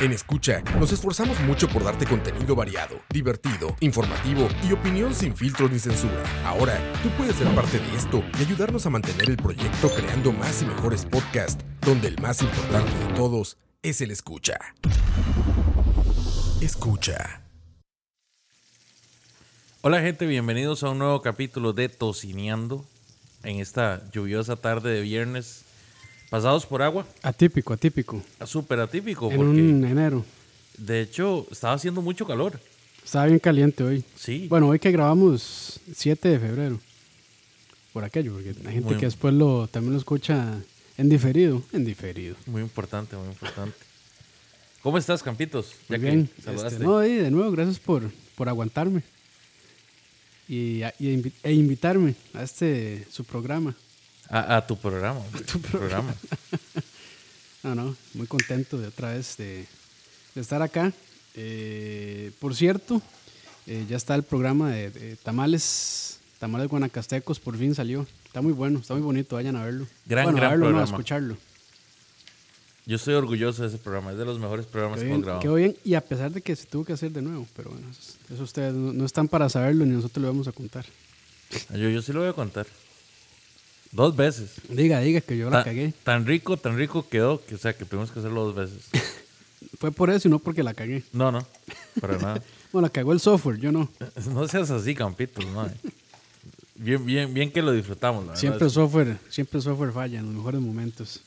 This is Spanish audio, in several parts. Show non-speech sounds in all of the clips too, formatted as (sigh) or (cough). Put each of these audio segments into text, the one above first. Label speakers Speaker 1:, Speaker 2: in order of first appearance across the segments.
Speaker 1: En Escucha nos esforzamos mucho por darte contenido variado, divertido, informativo y opinión sin filtros ni censura. Ahora, tú puedes ser parte de esto y ayudarnos a mantener el proyecto creando más y mejores podcasts, donde el más importante de todos es el escucha. Escucha.
Speaker 2: Hola gente, bienvenidos a un nuevo capítulo de Tocineando en esta lluviosa tarde de viernes. Pasados por agua,
Speaker 3: Atípico, atípico.
Speaker 2: súper atípico
Speaker 3: En
Speaker 2: porque
Speaker 3: un enero.
Speaker 2: de hecho estaba haciendo mucho calor.
Speaker 3: Estaba bien caliente hoy.
Speaker 2: Sí,
Speaker 3: Bueno, hoy que grabamos 7 de febrero. Por aquello, porque hay gente
Speaker 2: Bueno.
Speaker 3: que después lo, también lo escucha en diferido. En diferido.
Speaker 2: muy importante, muy importante. ¿Cómo estás, Campitos?
Speaker 3: Muy
Speaker 2: que
Speaker 3: bien.
Speaker 2: saludaste.
Speaker 3: Este, no, y de nuevo, gracias por, por aguantarme. Y, a- y invi- e invitarme a este, su programa.
Speaker 2: a, a tu programa. hombre, tu programa.
Speaker 3: No, no, muy contento de otra vez de, de estar acá. Eh, por cierto, eh, ya está el programa de, de tamales, tamales guanacastecos, por fin salió. Está muy bueno, está muy bonito, vayan a verlo.
Speaker 2: Gran,
Speaker 3: bueno,
Speaker 2: gran
Speaker 3: a verlo, no, a
Speaker 2: programa.
Speaker 3: escucharlo.
Speaker 2: Yo estoy orgulloso de ese programa, es de los mejores programas que
Speaker 3: Quedó
Speaker 2: hemos
Speaker 3: bien,
Speaker 2: grabado.
Speaker 3: quedó bien, y a pesar de que se tuvo que hacer de nuevo, pero bueno, eso, eso ustedes no, no están para saberlo ni nosotros lo vamos a contar.
Speaker 2: Yo, yo sí lo voy a contar. Dos veces.
Speaker 3: Diga, diga que yo
Speaker 2: Tan-
Speaker 3: la cagué.
Speaker 2: tan rico, tan rico quedó, que o sea que tuvimos que hacerlo dos veces.
Speaker 3: Fue por eso y no porque la cagué.
Speaker 2: No, no, para nada. (laughs)
Speaker 3: Bueno, la cagó el software, yo no.
Speaker 2: No seas así, Campitos, no. eh. Bien, bien, bien que lo disfrutamos, la verdad.
Speaker 3: Siempre el software, siempre el software falla en los mejores momentos.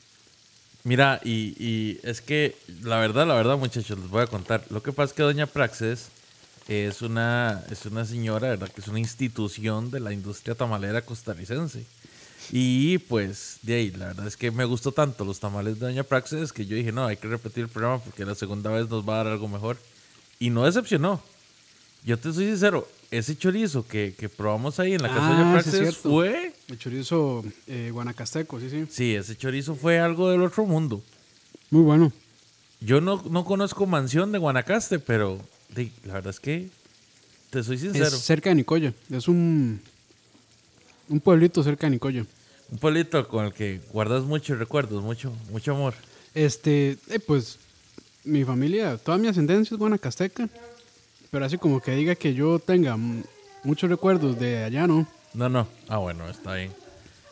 Speaker 2: Mira, y, y es que la verdad, la verdad, muchachos, les voy a contar. Lo que pasa es que Doña Praxis es una, es una señora, ¿verdad? Que es una institución de la industria tamalera costarricense. Y pues, de ahí, la verdad es que me gustó tanto los tamales de Doña Praxis que yo dije, no, hay que repetir el programa porque la segunda vez nos va a dar algo mejor. Y no decepcionó. Yo te soy sincero, ese chorizo que, que probamos ahí en la casa de Doña
Speaker 3: Ah, sí es
Speaker 2: Praxis
Speaker 3: cierto.
Speaker 2: fue...
Speaker 3: El chorizo eh, guanacasteco, sí, sí.
Speaker 2: Sí, ese chorizo fue algo del otro mundo.
Speaker 3: Muy bueno.
Speaker 2: Yo no, no conozco mansión de Guanacaste, pero di, la verdad es que te soy sincero.
Speaker 3: Es cerca de Nicoya. Es un, un pueblito cerca de Nicoya.
Speaker 2: Un pueblito con el que guardas muchos recuerdos, mucho, mucho amor.
Speaker 3: Este, eh, pues mi familia, toda mi ascendencia es guanacasteca. Pero así como que diga que yo tenga mm, muchos recuerdos de allá, ¿no?
Speaker 2: No, no. Ah, bueno, está bien.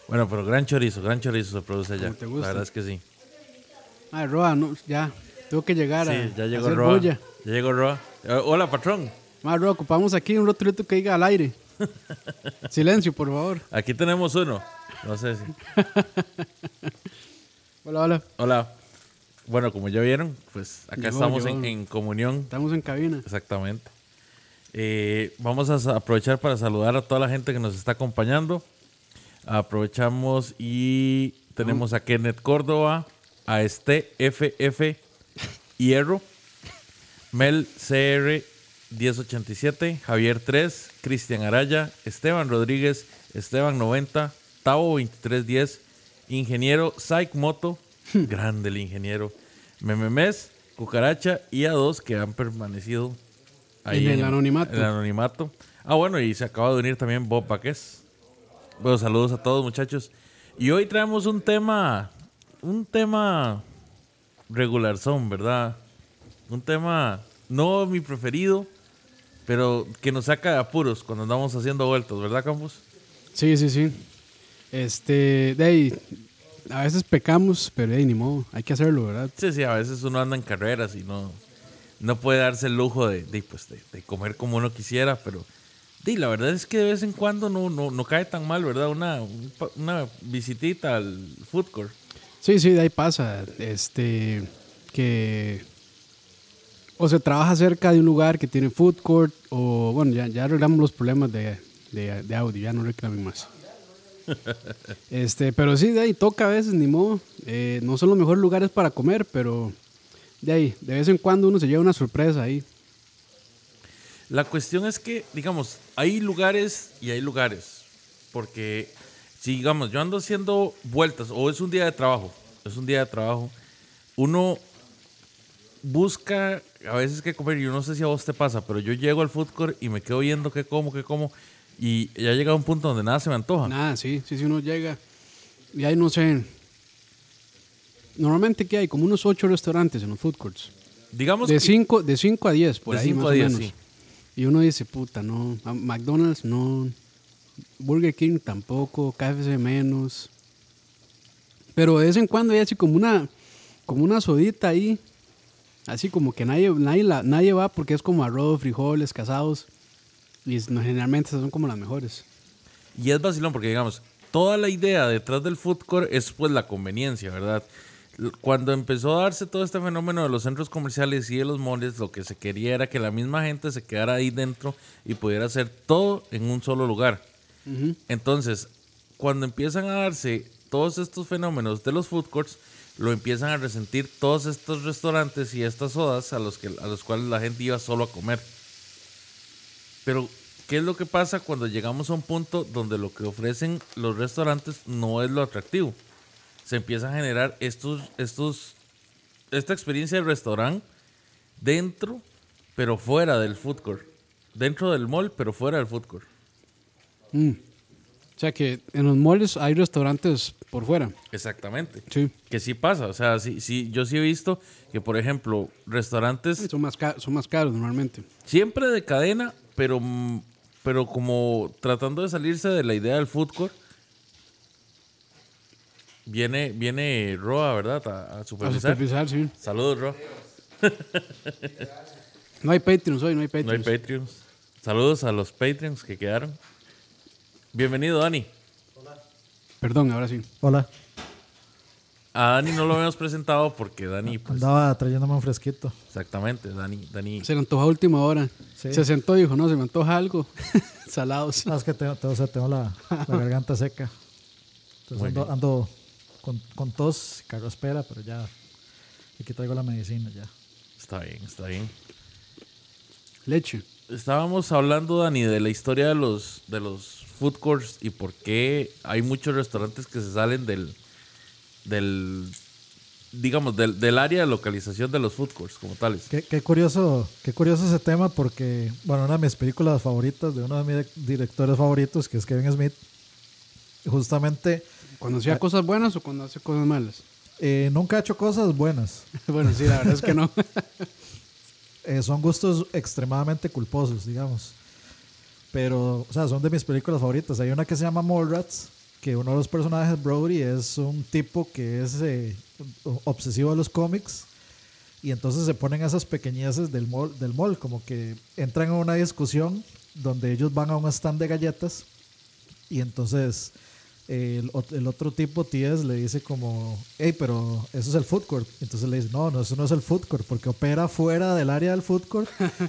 Speaker 2: Bueno, pero gran chorizo, gran chorizo se produce allá.
Speaker 3: Como te
Speaker 2: La
Speaker 3: gusta.
Speaker 2: verdad es que sí.
Speaker 3: Ay, Ah, Roa, no, ya. Tengo que llegar a.
Speaker 2: Sí, ya llegó
Speaker 3: a hacer
Speaker 2: Roa. Ya
Speaker 3: bulla.
Speaker 2: llegó Roa. Eh, hola, patrón.
Speaker 3: Ma, Roa, ocupamos aquí un rotulito que diga
Speaker 2: (laughs)
Speaker 3: al aire. Silencio, por favor.
Speaker 2: Aquí tenemos uno. No sé si.
Speaker 3: Hola, hola.
Speaker 2: Hola. Bueno, como ya vieron, pues acá
Speaker 3: Llegó,
Speaker 2: estamos
Speaker 3: llegó.
Speaker 2: En, en comunión.
Speaker 3: Estamos en cabina.
Speaker 2: Exactamente. Eh, vamos a sa- aprovechar para saludar a toda la gente que nos está acompañando. Aprovechamos y tenemos a Kenneth Córdoba, a este FF Hierro, Mel CR 1087, Javier 3, Cristian Araya, Esteban Rodríguez, Esteban 90, Tavo 2310, Ingeniero Saik Moto,
Speaker 3: Hmm.
Speaker 2: grande el ingeniero, Mememes, Cucaracha y A2 que han permanecido
Speaker 3: En el anonimato.
Speaker 2: en el anonimato. Ah, bueno, y se acaba de unir también Bob Paqués. Bueno, saludos a todos muchachos. Y hoy traemos un tema, un tema regular son, ¿verdad? Un tema no mi preferido, pero que nos saca de apuros cuando andamos haciendo vueltos, ¿verdad, Campos?
Speaker 3: Sí, sí, sí. Este, de ahí, a veces pecamos, pero de ahí, ni modo, hay que hacerlo, ¿verdad?
Speaker 2: Sí, sí, a veces uno anda en carreras y no, no puede darse el lujo de, de, pues, de- de comer como uno quisiera, pero di, la verdad es que de vez en cuando no, no, no cae tan mal, ¿verdad? Una, un pa- una visitita al food court.
Speaker 3: Sí, sí, de ahí pasa, este, que o se trabaja cerca de un lugar que tiene food court, o bueno, ya, ya arreglamos los problemas de, de, de audio, ya no reclamen más. Este, pero sí, de ahí toca a veces, ni modo. Eh, no son los mejores lugares para comer, pero de ahí, de vez en cuando uno se lleva una sorpresa ahí.
Speaker 2: La cuestión es que, digamos, hay lugares y hay lugares. Porque si, digamos, yo ando haciendo vueltas o es un día de trabajo, es un día de trabajo, uno busca a veces qué comer. Yo no sé si a vos te pasa, pero yo llego al food court y me quedo viendo qué como, qué como. Y ya llega un punto donde nada se me antoja.
Speaker 3: Nada, sí, sí, sí, uno llega. Y ahí no sé. Normalmente que hay como unos ocho restaurantes en los food courts.
Speaker 2: Digamos
Speaker 3: De
Speaker 2: que-
Speaker 3: 5 de cinco a 10, por
Speaker 2: De
Speaker 3: ahí
Speaker 2: cinco
Speaker 3: más
Speaker 2: a
Speaker 3: o
Speaker 2: diez,
Speaker 3: menos.
Speaker 2: sí.
Speaker 3: Y uno dice, puta, no. a- McDonald's no. Burger King tampoco. KFC menos. Pero de vez en cuando hay así como una, como una sodita ahí. Así como que nadie, nadie, la- nadie va porque es como arroz, frijoles, casados. Y es- no, generalmente esas son como las mejores.
Speaker 2: Y es vacilón porque, digamos, toda la idea detrás del food court es pues la conveniencia, ¿verdad? L- Cuando empezó a darse todo este fenómeno de los centros comerciales y de los malls, lo que se quería era que la misma gente se quedara ahí dentro y pudiera hacer todo en un solo lugar. Entonces, cuando empiezan a darse todos estos fenómenos de los food courts, lo empiezan a resentir todos estos restaurantes y estas sodas a los, que, a los cuales la gente iba solo a comer. Pero, ¿qué es lo que pasa cuando llegamos a un punto donde lo que ofrecen los restaurantes no es lo atractivo? Se empieza a generar estos, estos, esta experiencia de restaurante dentro, pero fuera del food court. Dentro del mall, pero fuera del food court.
Speaker 3: O sea que en los moles hay restaurantes por fuera.
Speaker 2: Exactamente.
Speaker 3: Sí.
Speaker 2: Que sí pasa. O sea, sí, sí, yo sí he visto que, por ejemplo, restaurantes
Speaker 3: Son más, ca- son más caros normalmente.
Speaker 2: siempre de cadena, pero, mm, pero como tratando de salirse de la idea del food court. Viene, viene Roa, ¿verdad? A, a
Speaker 3: A
Speaker 2: supervisar.
Speaker 3: supervisar, Pues sí.
Speaker 2: Saludos, Roa.
Speaker 3: No hay Patreons hoy, no hay Patreons.
Speaker 2: No hay Patreons. Saludos a los Patreons que quedaron. Bienvenido, Dani.
Speaker 3: Perdón, ahora sí.
Speaker 4: Hola,
Speaker 2: A Dani no lo habíamos presentado porque Dani, pues,
Speaker 4: andaba trayéndome un fresquito.
Speaker 2: exactamente, Dani, Dani.
Speaker 3: Se le antoja a última hora.
Speaker 4: Sí.
Speaker 3: Se sentó y dijo, no, se me antoja algo. (laughs) Salados.
Speaker 4: Ah, es que tengo, tengo- o sea, tengo la, la garganta seca.
Speaker 2: Muy
Speaker 4: Entonces ando, ando con, con tos, carrospera, pero ya aquí traigo la medicina ya.
Speaker 2: Está bien, está bien.
Speaker 3: Leche.
Speaker 2: Estábamos hablando, Dani, de la historia de los, de los food courts y por qué hay muchos restaurantes que se salen del, del digamos, del, del área de localización de los food courts como tales.
Speaker 4: Qué, qué curioso, qué curioso ese tema porque, bueno, una de mis películas favoritas, de uno de mis direc- directores favoritos, que es Kevin Smith, justamente
Speaker 3: Cuando
Speaker 4: Ah.
Speaker 3: hacía cosas buenas o cuando hace cosas malas. (laughs)
Speaker 4: eh, nunca ha hecho cosas buenas.
Speaker 3: bueno, sí, la verdad es que
Speaker 4: (laughs)
Speaker 3: no.
Speaker 4: Eh, son gustos extremadamente culposos, digamos. Pero, o sea, son de mis películas favoritas. Hay una que se llama Mallrats, que uno de los personajes, Brody, es un tipo que es eh, o- obsesivo a los cómics. Y entonces se ponen esas pequeñeces del mall, del mall, como que entran en una discusión donde ellos van a un stand de galletas y entonces eh, el, ot- el otro tipo, Tías, le dice como, hey, pero eso es el food court. Entonces le dice, no, no, eso no es el food court, porque opera fuera del área del food court.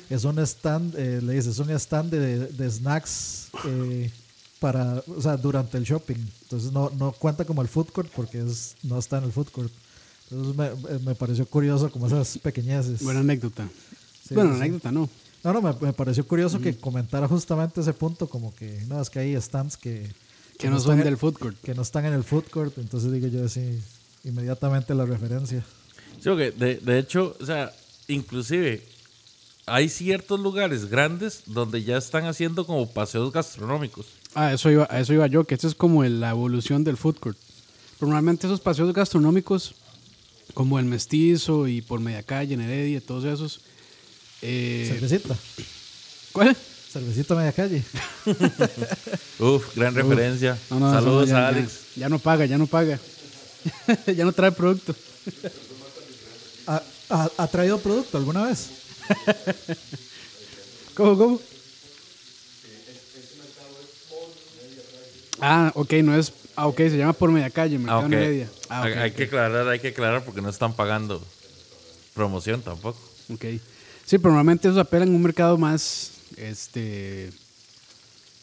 Speaker 4: es un stand, eh, le dice, es un stand de, de snacks eh, para, o sea, durante el shopping. Entonces no, no cuenta como el food court porque es, no está en el food court. Entonces me, me pareció curioso como esas pequeñeces.
Speaker 3: Buena anécdota.
Speaker 4: Sí,
Speaker 3: bueno,
Speaker 4: sí.
Speaker 3: anécdota no.
Speaker 4: No, no, me, me pareció curioso que comentara justamente ese punto, como que, no, es que hay stands que...
Speaker 3: Que, no
Speaker 4: están
Speaker 3: son
Speaker 4: en-
Speaker 3: del food court.
Speaker 4: Que no están en el food court, entonces digo yo así, inmediatamente la referencia.
Speaker 2: Sí, porque de, de hecho, o sea, inclusive hay ciertos lugares grandes donde ya están haciendo como paseos gastronómicos.
Speaker 3: Ah, eso iba, a eso iba yo, que esta es como el- la evolución del food court. Normalmente esos paseos gastronómicos, como el mestizo y por media calle, en Heredia, todos esos. Eh,
Speaker 4: cervecita,
Speaker 3: ¿Cuál?
Speaker 4: cervecita media calle.
Speaker 2: Uf, gran referencia.
Speaker 3: No, no, eso
Speaker 2: Saludos
Speaker 3: no, ya-
Speaker 2: a
Speaker 3: ya-
Speaker 2: Alex.
Speaker 3: Ya, no paga, ya no paga. (laughs) ya no trae producto.
Speaker 4: ¿Ha, ha, ha traído producto alguna vez?
Speaker 3: ¿Cómo, cómo? Ah, ok, no es. Ah, ok, se llama por media calle,
Speaker 2: Ah,
Speaker 3: Mercado
Speaker 2: ok.
Speaker 3: en Heredia. Ah,
Speaker 2: Hay-
Speaker 3: ok,
Speaker 2: hay
Speaker 3: ok,
Speaker 2: que aclarar, hay que aclarar porque no están pagando promoción tampoco.
Speaker 3: ok. Sí, pero normalmente esos apelan a un mercado más. Este.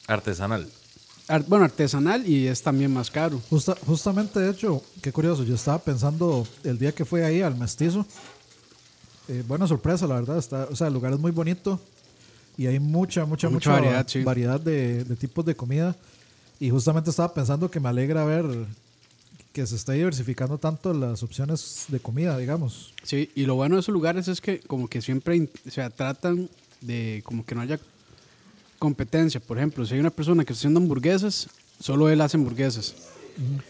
Speaker 2: Artesanal.
Speaker 3: ar- bueno, artesanal y es también más caro.
Speaker 4: Justa- justamente, de hecho, qué curioso, yo estaba pensando el día que fui ahí al mestizo. eh, buena sorpresa, la verdad. Está, o sea, el lugar es muy bonito. y hay mucha, mucha,
Speaker 3: Mucha
Speaker 4: mucha,
Speaker 3: variedad,
Speaker 4: variedad,
Speaker 3: sí.
Speaker 4: de, de tipos de comida. Y justamente estaba pensando que me alegra ver que se está diversificando tanto las opciones de comida, digamos.
Speaker 3: Sí, y lo bueno de esos lugares es que como que siempre, in- o sea, tratan de como que no haya competencia. Por ejemplo, si hay una persona que está haciendo hamburguesas, solo él hace hamburguesas.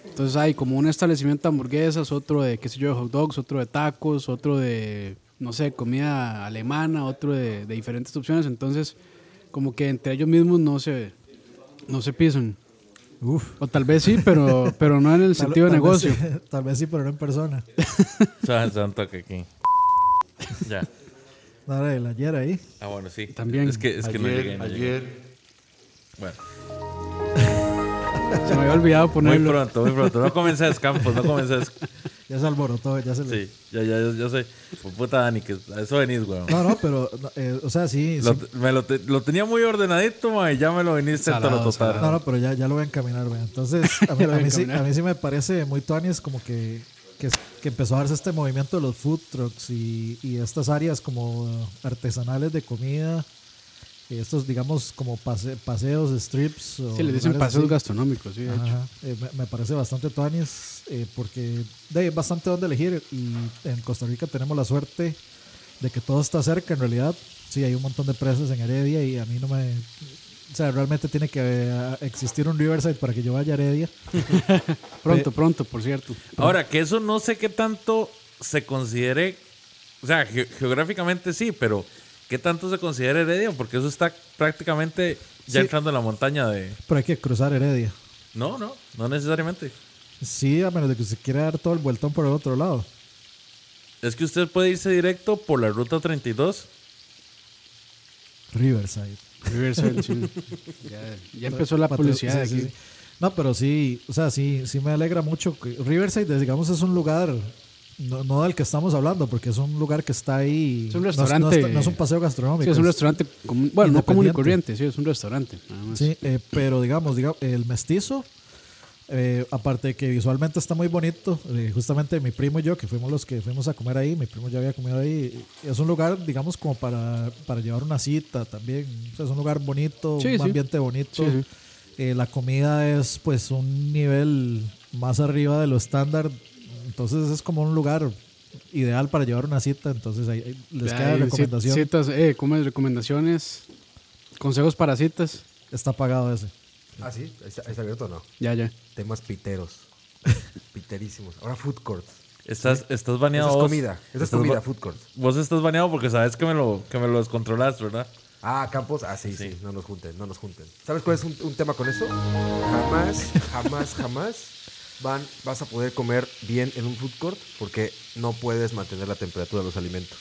Speaker 3: Entonces hay como un establecimiento de hamburguesas, otro de, qué sé yo, de hot dogs, otro de tacos, otro de, no sé, comida alemana, otro de, de diferentes opciones. Entonces, como que entre ellos mismos no se, no se pisan.
Speaker 4: Uf.
Speaker 3: O tal vez sí, pero, pero no en el sentido de negocio.
Speaker 4: tal vez sí, (laughs) pero no en persona.
Speaker 2: San- santo que aquí. Ya.
Speaker 4: Nada de la ayer ahí.
Speaker 2: Ah, bueno, sí.
Speaker 3: También.
Speaker 2: Es que, es que no llegué. no llegué. Bueno,
Speaker 3: Se me había olvidado
Speaker 2: muy
Speaker 3: ponerlo.
Speaker 2: pronto, muy pronto. No comences, Campos, no comences.
Speaker 4: Ya se alborotó, ya se le...
Speaker 2: Sí, ya, ya, yo, yo sé. Pues, Puta Dani, que a eso venís, weón.
Speaker 4: No, no, pero, eh, o sea, sí.
Speaker 2: Lo,
Speaker 4: sí.
Speaker 2: me lo, te- lo tenía muy ordenadito, ma, y ya me lo viniste a
Speaker 3: Salado,
Speaker 2: total.
Speaker 4: No, no, pero ya, ya lo voy a encaminar,
Speaker 3: (laughs)
Speaker 4: vean. Entonces, a mí,
Speaker 3: Lo
Speaker 4: a
Speaker 3: voy a
Speaker 4: mí sí,
Speaker 3: encaminar.
Speaker 4: a mí sí me parece muy tuanis como que, que, que empezó a darse este movimiento de los food trucks y, y estas áreas como artesanales de comida. y estos, digamos, como pase- paseos, strips. o
Speaker 3: Sí, les dicen
Speaker 4: lugares
Speaker 3: paseos
Speaker 4: así.
Speaker 3: gastronómicos, sí, de hecho.
Speaker 4: Ajá, eh, me, me parece bastante tuanis eh, porque de, hay bastante donde elegir y en Costa Rica tenemos la suerte de que todo está cerca en realidad. Sí, hay un montón de presas en Heredia y a mí no me... O sea, realmente tiene que eh, existir un Riverside para que yo vaya a Heredia.
Speaker 3: Pronto, pronto, por cierto.
Speaker 2: Ahora, que eso no sé qué tanto se considere, o sea, ge- geográficamente sí, pero qué tanto se considera Heredia, porque eso está prácticamente ya
Speaker 4: Sí.
Speaker 2: entrando en la montaña de...
Speaker 4: Pero hay que cruzar Heredia.
Speaker 2: No, no, no necesariamente.
Speaker 4: Sí, a menos de que se quiera dar todo el vueltón por el otro lado.
Speaker 2: Es que usted puede irse directo por la ruta 32.
Speaker 4: Riverside.
Speaker 3: Riverside, sí. Ya, ya empezó la
Speaker 4: Patro-
Speaker 3: publicidad
Speaker 4: sí,
Speaker 3: aquí.
Speaker 4: sí, sí. No, pero sí, o sea, sí, sí me alegra mucho. que- Riverside, digamos, es un lugar, no, no del que estamos hablando, porque es un lugar que está ahí.
Speaker 3: Es un
Speaker 4: no no
Speaker 3: restaurante.
Speaker 4: está- No, es un paseo gastronómico.
Speaker 3: Sí, es un restaurante, común- bueno, no común y
Speaker 4: Independiente.
Speaker 3: corriente, sí, es un restaurante. nada más.
Speaker 4: Sí, eh, pero digamos, diga- el mestizo, eh, aparte de que visualmente está muy bonito, eh, justamente mi primo y yo, que fuimos los que fuimos a comer ahí, mi primo ya había comido ahí, es un lugar, digamos, como para, para llevar una cita también. O sea, es un lugar bonito,
Speaker 3: Sí,
Speaker 4: un
Speaker 3: sí.
Speaker 4: ambiente bonito.
Speaker 3: Sí, sí.
Speaker 4: Eh, la comida es pues un nivel más arriba de lo estándar, entonces es como un lugar ideal para llevar una cita, entonces ahí, ahí les
Speaker 3: Ya
Speaker 4: queda
Speaker 3: hay
Speaker 4: recomendación,
Speaker 3: cit- Citas, eh, ¿cómo es? Recomendaciones, consejos para citas.
Speaker 4: está pagado ese.
Speaker 5: Ah, sí, está, está abierto o no.
Speaker 3: Ya, ya.
Speaker 1: (laughs)
Speaker 5: Temas piteros. Piterísimos. Ahora food courts.
Speaker 2: Estás, estás
Speaker 5: Esa
Speaker 2: baneado.
Speaker 5: es
Speaker 2: vos.
Speaker 5: comida. Esa es
Speaker 2: Estás
Speaker 5: comida,
Speaker 2: ba-
Speaker 5: food courts.
Speaker 2: Vos estás baneado porque sabes que me lo, que me lo descontrolas, ¿verdad?
Speaker 5: Ah, Campos. Ah, sí, sí, No nos junten, no nos junten. ¿Sabes cuál es un, un tema con eso? Jamás, jamás, jamás van, vas a poder comer bien en un food court porque no puedes mantener la temperatura de los alimentos.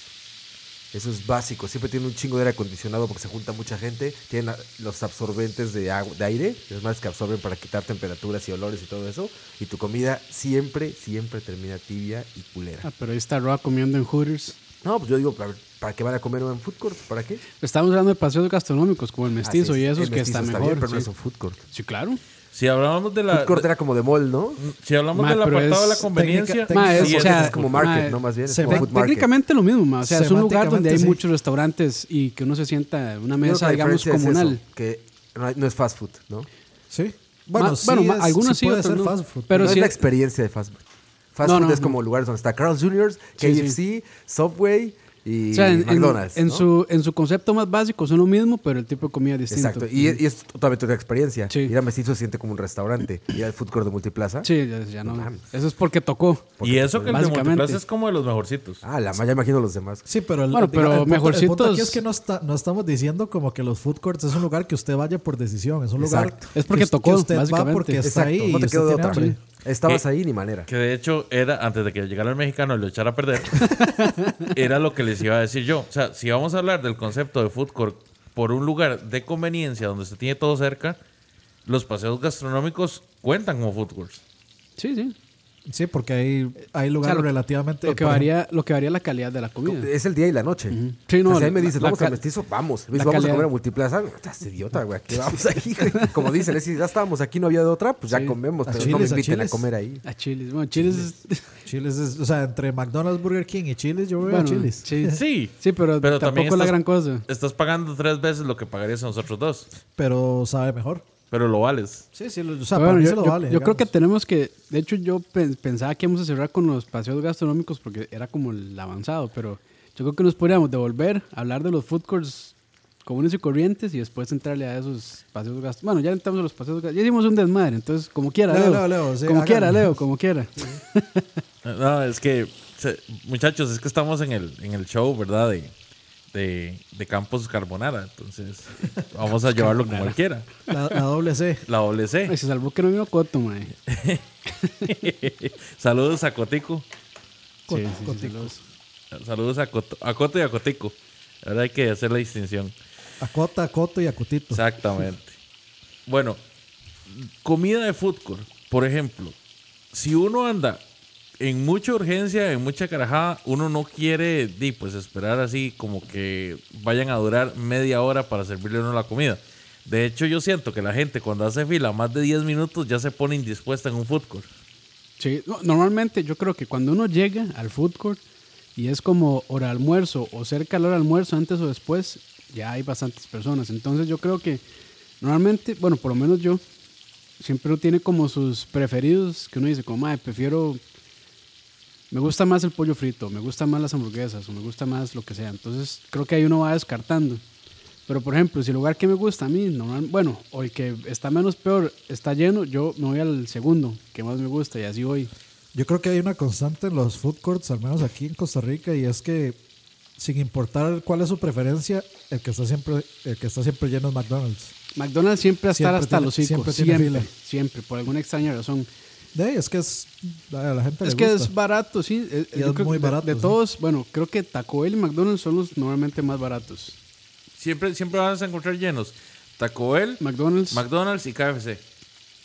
Speaker 5: Eso es básico. Siempre tiene un chingo de aire acondicionado porque se junta mucha gente. Tienen la- los absorbentes de, agua- de aire, es más que absorben para quitar temperaturas y olores y todo eso. Y tu comida siempre, siempre termina tibia y culera.
Speaker 3: Ah, pero ahí está Roa comiendo en Hooters.
Speaker 5: No, pues yo digo, ¿para, para qué van a comer en un food court? ¿Para qué?
Speaker 3: Estamos hablando de paseos gastronómicos, como el mestizo
Speaker 5: Así
Speaker 3: y
Speaker 5: es,
Speaker 3: esos
Speaker 5: el
Speaker 3: que
Speaker 5: mestizo
Speaker 3: está,
Speaker 5: bien,
Speaker 3: mejor.
Speaker 5: pero no
Speaker 3: sí.
Speaker 5: es un food court.
Speaker 3: Sí, claro.
Speaker 2: Si hablábamos de la...
Speaker 5: Food court era como de mall, ¿no?
Speaker 2: Si hablamos
Speaker 3: Ma,
Speaker 2: del
Speaker 3: pero
Speaker 2: apartado de la
Speaker 3: es
Speaker 2: conveniencia...
Speaker 4: técnica-
Speaker 3: Ma, es-
Speaker 2: sí,
Speaker 3: o
Speaker 5: Porque
Speaker 3: sea,
Speaker 5: es como market,
Speaker 3: ma,
Speaker 5: ¿no? Más bien, es
Speaker 4: se
Speaker 5: como
Speaker 4: ve-
Speaker 5: food market.
Speaker 3: Técnicamente lo mismo, ma. o sea, es un lugar donde hay
Speaker 4: Semánticamente, sí.
Speaker 3: muchos restaurantes y que uno se sienta en una
Speaker 5: Yo creo que
Speaker 3: mesa,
Speaker 5: la
Speaker 3: digamos,
Speaker 5: diferencia es
Speaker 3: comunal.
Speaker 5: eso, que no, hay- no es fast food, ¿no?
Speaker 4: Sí.
Speaker 3: Ma-
Speaker 4: Bueno, sí
Speaker 3: bueno, ma-
Speaker 4: es-
Speaker 3: algunos sí,
Speaker 4: puede
Speaker 3: otros no.
Speaker 4: ser fast food.
Speaker 3: Pero
Speaker 5: no es
Speaker 3: sí-
Speaker 5: la experiencia de fast food. Fast
Speaker 3: No,
Speaker 5: food
Speaker 3: no,
Speaker 5: es como lugares donde está Carl Jr.,
Speaker 3: Sí, sí.
Speaker 5: KFC, Subway y
Speaker 3: O sea, en, en-
Speaker 5: McDonald's.
Speaker 3: en
Speaker 5: ¿no?
Speaker 3: su, en su concepto más básico son lo mismo, pero el tipo de comida es distinto.
Speaker 5: Exacto. Y, y es totalmente otra experiencia.
Speaker 3: Sí.
Speaker 5: Ir a Mestizo se siente como un restaurante. Ir al food court de Multiplaza.
Speaker 3: Sí, ya, ya no.
Speaker 5: No mames.
Speaker 3: Eso es porque tocó.
Speaker 2: Y eso que el de
Speaker 3: Básicamente.
Speaker 2: Multiplaza es como de los mejorcitos.
Speaker 5: Ah, la ya imagino los demás.
Speaker 4: Sí, pero el,
Speaker 3: Bueno, pero
Speaker 4: el punto- el punto
Speaker 3: mejorcitos-
Speaker 4: aquí es que no, está, no estamos diciendo como que los food courts es un lugar que usted vaya por decisión, es un lugar
Speaker 5: Exacto.
Speaker 3: Es porque
Speaker 4: que us-
Speaker 3: tocó,
Speaker 4: que usted
Speaker 3: básicamente.
Speaker 4: va porque está
Speaker 5: Exacto.
Speaker 4: ahí
Speaker 5: no
Speaker 4: y
Speaker 5: te
Speaker 4: usted
Speaker 5: quedó de
Speaker 4: tiene
Speaker 5: otra.
Speaker 4: hambre.
Speaker 5: Estabas
Speaker 3: Eh,
Speaker 2: Que-
Speaker 5: ahí ni manera.
Speaker 2: Que de hecho era, antes de que llegara el mexicano y lo echara a
Speaker 3: (laughs)
Speaker 2: perder, era lo que les iba a decir yo. O sea, si vamos a hablar del concepto de food court por un lugar de conveniencia donde se tiene todo cerca, los paseos gastronómicos cuentan como food courts.
Speaker 3: Sí, sí.
Speaker 4: Sí, porque hay, hay lugares
Speaker 3: lo que-
Speaker 4: relativamente.
Speaker 3: Lo que,
Speaker 4: por
Speaker 3: varía, lo que varía la calidad de la comida.
Speaker 5: Es el día y la noche.
Speaker 3: Sí, no,
Speaker 5: O sea, ahí
Speaker 3: la-
Speaker 5: me dices,
Speaker 3: la
Speaker 5: vamos
Speaker 3: cal-
Speaker 5: al mestizo, vamos. Me dices,
Speaker 3: la
Speaker 5: vamos
Speaker 3: calidad-
Speaker 5: a comer a multiplaza. No, Estás idiota, güey. Aquí vamos ahí,
Speaker 4: (laughs)
Speaker 5: güey. Como dicen, es, si ya estábamos aquí, no había de otra, pues ya comemos,
Speaker 4: A
Speaker 5: pero no me
Speaker 4: chiles, a
Speaker 5: inviten a
Speaker 4: chiles.
Speaker 5: comer ahí.
Speaker 3: A chiles. Bueno, chiles es-
Speaker 4: ejemplo, Chiles es- o sea, entre McDonald's, Burger King y Chiles, yo
Speaker 3: (laughs)
Speaker 4: veo
Speaker 3: bueno,
Speaker 4: Chiles.
Speaker 3: sí.
Speaker 2: (laughs) Sí.
Speaker 3: Sí, pero,
Speaker 2: Pero también
Speaker 3: tampoco es la
Speaker 2: estás-
Speaker 3: gran cosa.
Speaker 2: Estás pagando tres veces lo que pagarías a nosotros dos.
Speaker 4: Pero sabe mejor.
Speaker 2: Pero lo vales.
Speaker 4: Sí, sí, lo- o sea,
Speaker 3: Bueno,
Speaker 4: para mí
Speaker 3: yo,
Speaker 4: se lo
Speaker 3: yo-
Speaker 4: vale.
Speaker 3: yo creo que
Speaker 4: digamos.
Speaker 3: tenemos que, de hecho yo pen- pensaba que íbamos a cerrar con los paseos gastronómicos porque era como el avanzado, pero yo creo que nos podríamos devolver, hablar de los food courts comunes y corrientes y después entrarle a esos paseos gastronómicos. Bueno, ya entramos a los paseos gastronómicos, ya hicimos un desmadre, entonces como quiera,
Speaker 4: Leo,
Speaker 3: Leo,
Speaker 4: Leo, Leo, sí,
Speaker 3: como
Speaker 4: hágalo.
Speaker 3: quiera, Leo, como quiera.
Speaker 2: No, es que, se- muchachos, es que estamos en el, en el show, ¿verdad? De, de, de Campos Carbonara. (laughs) Entonces, vamos a llevarlo como él quiera.
Speaker 4: La, la doble C.
Speaker 2: La doble
Speaker 3: Ay,
Speaker 2: (laughs) C.
Speaker 3: se salvó que no vino Coto, mae.
Speaker 2: Saludos a Cotico.
Speaker 3: Sí,
Speaker 4: Coto,
Speaker 3: sí, sí,
Speaker 4: cotico.
Speaker 3: saludos.
Speaker 2: Saludos a Coto, a Coto y a Cotico. Ahora hay que hacer la distinción.
Speaker 4: A Cota, a Coto y a Cutito.
Speaker 2: Exactamente. Bueno, comida de food court, por ejemplo, si uno anda en mucha urgencia, en mucha carajada, uno no quiere di, pues esperar así como que vayan a durar media hora para servirle a uno la comida. De hecho, yo siento que la gente cuando hace fila más de 10 minutos ya se pone indispuesta en un food court.
Speaker 3: Sí, no, normalmente yo creo que cuando uno llega al food court y es como hora de almuerzo o cerca de la hora de almuerzo, antes o después, ya hay bastantes personas. Entonces yo creo que normalmente, bueno, por lo menos yo, siempre uno tiene como sus preferidos que uno dice, como, "Mae, prefiero, me gusta más el pollo frito, me gusta más las hamburguesas o me gusta más lo que sea. Entonces creo que ahí uno va descartando. Pero por ejemplo, si el lugar que me gusta a mí, normal- bueno, o el que está menos peor, está lleno, yo me voy al segundo, que más me gusta, y así voy.
Speaker 4: Yo creo que hay una constante en los food courts, al menos aquí en Costa Rica, y es que sin importar cuál es su preferencia, el que está siempre, el que está siempre lleno es McDonald's.
Speaker 3: McDonald's siempre va a estar
Speaker 4: Siempre
Speaker 3: hasta
Speaker 4: tiene-
Speaker 3: los hocico,
Speaker 4: siempre tiene
Speaker 3: siempre, siempre,
Speaker 4: fila.
Speaker 3: por alguna extraña razón.
Speaker 4: De ahí, es que es a la gente
Speaker 3: Es
Speaker 4: le
Speaker 3: que
Speaker 4: gusta.
Speaker 3: es barato, sí. eh,
Speaker 4: Y
Speaker 3: yo
Speaker 4: es
Speaker 3: creo que
Speaker 4: muy
Speaker 3: de-
Speaker 4: barato,
Speaker 3: De,
Speaker 4: sí.
Speaker 3: todos, bueno, creo que Taco Bell y McDonald's son los normalmente más baratos.
Speaker 2: Siempre, siempre vas a encontrar llenos. Taco Bell,
Speaker 3: McDonald's,
Speaker 2: McDonald's y KFC.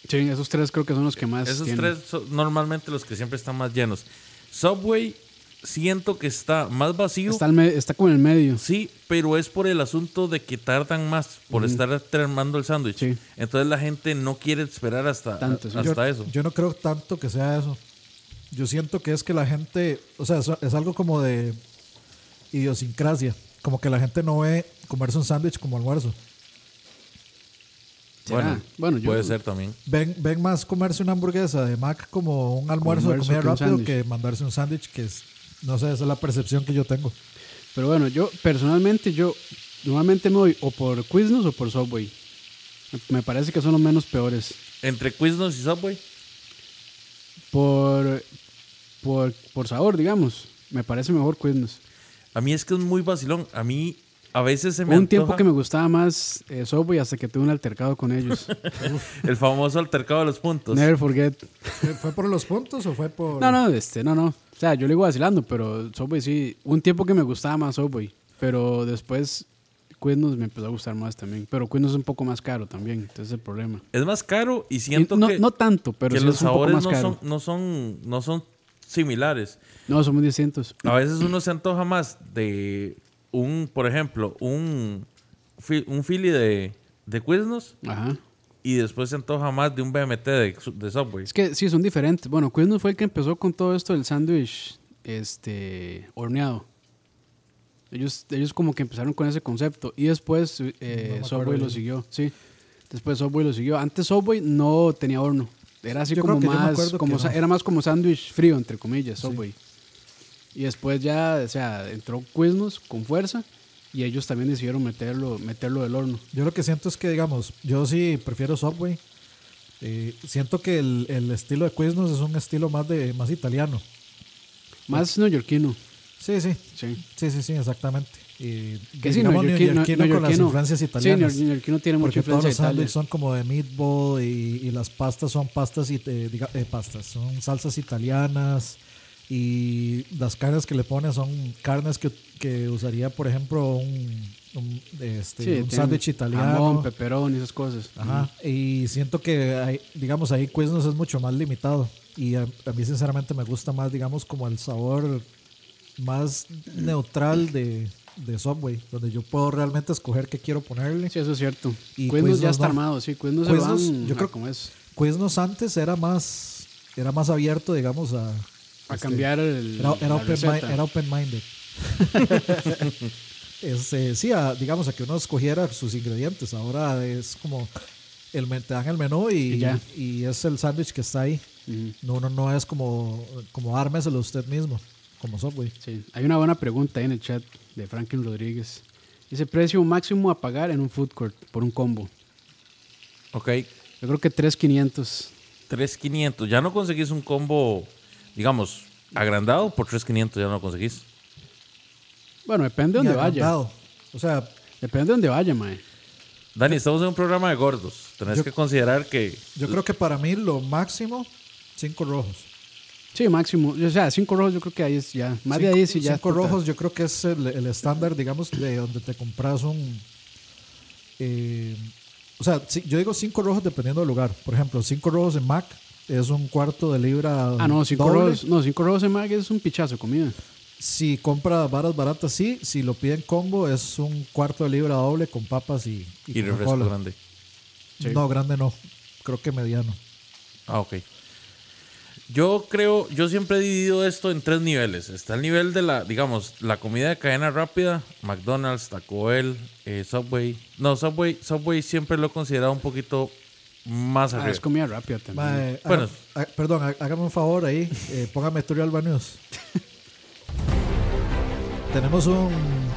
Speaker 3: sí, esos tres creo que son los que más
Speaker 2: Esos
Speaker 3: tienen.
Speaker 2: tres son normalmente los que siempre están más llenos. Subway siento que está más vacío.
Speaker 3: Está, al me- está como en el medio.
Speaker 2: Sí, pero es por el asunto de que tardan más por estar terminando el sándwich.
Speaker 3: Sí.
Speaker 2: Entonces la gente no quiere esperar hasta,
Speaker 3: Tanto, sí.
Speaker 2: hasta
Speaker 4: yo,
Speaker 2: eso.
Speaker 4: Yo no creo tanto que sea eso. Yo siento que es que la gente, o sea, es, es algo como de idiosincrasia. Como que la gente no ve comerse un sándwich como almuerzo.
Speaker 3: ¿Será?
Speaker 2: Bueno,
Speaker 3: Bueno, yo-
Speaker 2: puede ser también.
Speaker 4: Ven, ven más comerse una hamburguesa de Mac como un
Speaker 3: almuerzo
Speaker 4: almuerzo, de
Speaker 3: que un
Speaker 4: comida rápido
Speaker 3: sándwich.
Speaker 4: que mandarse un sándwich, que es, no sé, esa es la percepción que yo tengo.
Speaker 3: Pero bueno, yo personalmente, yo normalmente me voy o por Quiznos o por Subway. Me- Me parece que son los menos peores.
Speaker 2: Entre Quiznos y Subway.
Speaker 3: por, por, por sabor, digamos. Me parece mejor Quiznos.
Speaker 2: A mí es que es muy vacilón. A mí a veces se
Speaker 3: Hubo
Speaker 2: me
Speaker 3: un tiempo
Speaker 2: antoja
Speaker 3: que me gustaba más eh, Subway hasta que tuve un altercado con ellos.
Speaker 2: (laughs) el famoso altercado de los puntos.
Speaker 3: Never forget.
Speaker 4: ¿Fue- ¿Fue por los puntos o fue por.?
Speaker 3: No, no, este, no, no. O sea, yo le iba vacilando, pero Subway sí. Hubo Un tiempo que me gustaba más Subway, pero después Quiznos me empezó a gustar más también. Pero Quiznos es un poco más caro también, entonces es el problema.
Speaker 2: Es más caro y
Speaker 3: Y
Speaker 2: siento
Speaker 3: no,
Speaker 2: que,
Speaker 3: no tanto, pero
Speaker 2: que
Speaker 3: sí
Speaker 2: los
Speaker 3: es un poco
Speaker 2: sabores
Speaker 3: más
Speaker 2: no
Speaker 3: caro.
Speaker 2: son, no son, no son similares.
Speaker 3: No, somos distintos.
Speaker 2: A veces uno se antoja más de un, por ejemplo, un, fi- un Philly de, de Quiznos
Speaker 3: Ajá.
Speaker 2: y después se antoja más de un BMT de, de Subway.
Speaker 3: Es que sí, son diferentes. Bueno, Quiznos fue el que empezó con todo esto del sándwich este, horneado. Ellos, ellos como que empezaron con ese concepto y después eh, Subway lo siguió, sí. Después Subway lo siguió. Antes Subway no tenía horno. Era así
Speaker 4: Yo creo
Speaker 3: como
Speaker 4: que yo me
Speaker 3: más,
Speaker 4: acuerdo
Speaker 3: como
Speaker 4: que
Speaker 3: sa-
Speaker 4: no.
Speaker 3: era más como sándwich frío, entre comillas, Subway. Y después ya, o sea, entró Quiznos con fuerza y ellos también decidieron meterlo, meterlo del horno.
Speaker 4: Yo lo que siento es que, digamos, yo sí prefiero Subway. Eh, siento que el, el estilo de Quiznos es un estilo más de más italiano.
Speaker 3: Más neoyorquino,
Speaker 4: Sí, sí.
Speaker 3: sí.
Speaker 4: Sí, sí, sí, exactamente. Y
Speaker 3: Que sí,
Speaker 4: digamos
Speaker 3: neoyorquino-
Speaker 4: neoyorquino con las
Speaker 3: neoyorquino.
Speaker 4: influencias
Speaker 3: Sí,
Speaker 4: italianas.
Speaker 3: neoyor- neoyorquino tiene mucha
Speaker 4: porque todos
Speaker 3: influencia
Speaker 4: los
Speaker 3: de Italia.
Speaker 4: sándwiches son como de meatball y, y las pastas son pastas, y, eh, diga- eh, pastas, son salsas italianas y las carnes que le ponen son carnes que, que usaría, por ejemplo, un, un, este,
Speaker 3: Sí,
Speaker 4: un
Speaker 3: tiene
Speaker 4: sándwich italiano.
Speaker 3: Jamón, peperón y esas cosas.
Speaker 4: Ajá, y siento que, ahí- digamos, ahí Quiznos es mucho más limitado. Y a, a mí, sinceramente, me gusta más, digamos, como el sabor más neutral de, de Subway, donde yo puedo realmente escoger qué quiero ponerle.
Speaker 3: Sí, eso es cierto.
Speaker 4: Y pues
Speaker 3: Quiznos ya
Speaker 4: Quiznos
Speaker 3: está
Speaker 4: no.
Speaker 3: armado, sí. Quiznos se
Speaker 4: Quiznos,
Speaker 3: van
Speaker 4: yo creo-
Speaker 3: a, como es,
Speaker 4: Quiznos antes era más, era más abierto, digamos, a.
Speaker 3: a
Speaker 4: este,
Speaker 3: cambiar el,
Speaker 4: Era,
Speaker 3: la
Speaker 4: era, open,
Speaker 3: receta.
Speaker 4: mi-
Speaker 3: (laughs)
Speaker 4: era open-minded. Este, sí, a- digamos, a que uno escogiera sus ingredientes. Ahora es como. El, men- te dan el menú y,
Speaker 3: Y ya.
Speaker 4: y es el sándwich que está ahí.
Speaker 3: Ujú,
Speaker 4: No, no, no es como, como ármeselo usted mismo, como Subway.
Speaker 3: sí. Hay una buena pregunta ahí en el chat de Franklin Rodríguez. Dice, precio máximo a pagar en un food court por un combo.
Speaker 2: Ok,
Speaker 3: Yo creo que 3.500.
Speaker 2: 3.500. Ya no conseguís un combo, digamos, agrandado por 3.500. Ya no lo conseguís.
Speaker 3: Bueno, depende de
Speaker 4: Ni
Speaker 3: donde vaya.
Speaker 4: agrandado. O sea,
Speaker 3: Depende de donde vaya, mae.
Speaker 2: Dani, estamos en un programa de gordos. Tenés
Speaker 4: Yo-
Speaker 2: que considerar que
Speaker 4: yo creo que para mí lo máximo, cinco rojos.
Speaker 3: Sí, máximo. O sea, cinco rojos yo creo que ahí es ya. Más de ahí sí ya.
Speaker 4: Cinco
Speaker 3: puta.
Speaker 4: rojos yo creo que es el, el estándar, digamos, de donde te compras un... eh, o sea, sí, yo digo cinco rojos dependiendo del lugar. Por ejemplo, cinco rojos en Mac es un cuarto de libra
Speaker 3: Ah, no, cinco
Speaker 4: doble.
Speaker 3: rojos. No, cinco rojos en Mag es un pichazo de comida.
Speaker 4: Si compra varas baratas, sí. Si lo piden combo, es un cuarto de libra doble con papas y,
Speaker 2: y
Speaker 4: Coca-Cola.
Speaker 2: refresco grande.
Speaker 4: No, grande no. Creo que mediano.
Speaker 2: Ah, ok. Yo creo, yo siempre he dividido esto en tres niveles. Está el nivel de la, digamos, la comida de cadena rápida, McDonald's, Taco Bell, eh, Subway. No, Subway, Subway siempre lo he considerado un poquito más
Speaker 3: Ah,
Speaker 2: arriba.
Speaker 3: es comida rápida también.
Speaker 4: Mae,
Speaker 2: Bueno.
Speaker 4: haga- ha- perdón, ha- hágame un favor ahí. eh, póngame Turio Alba News. (laughs) Tenemos un,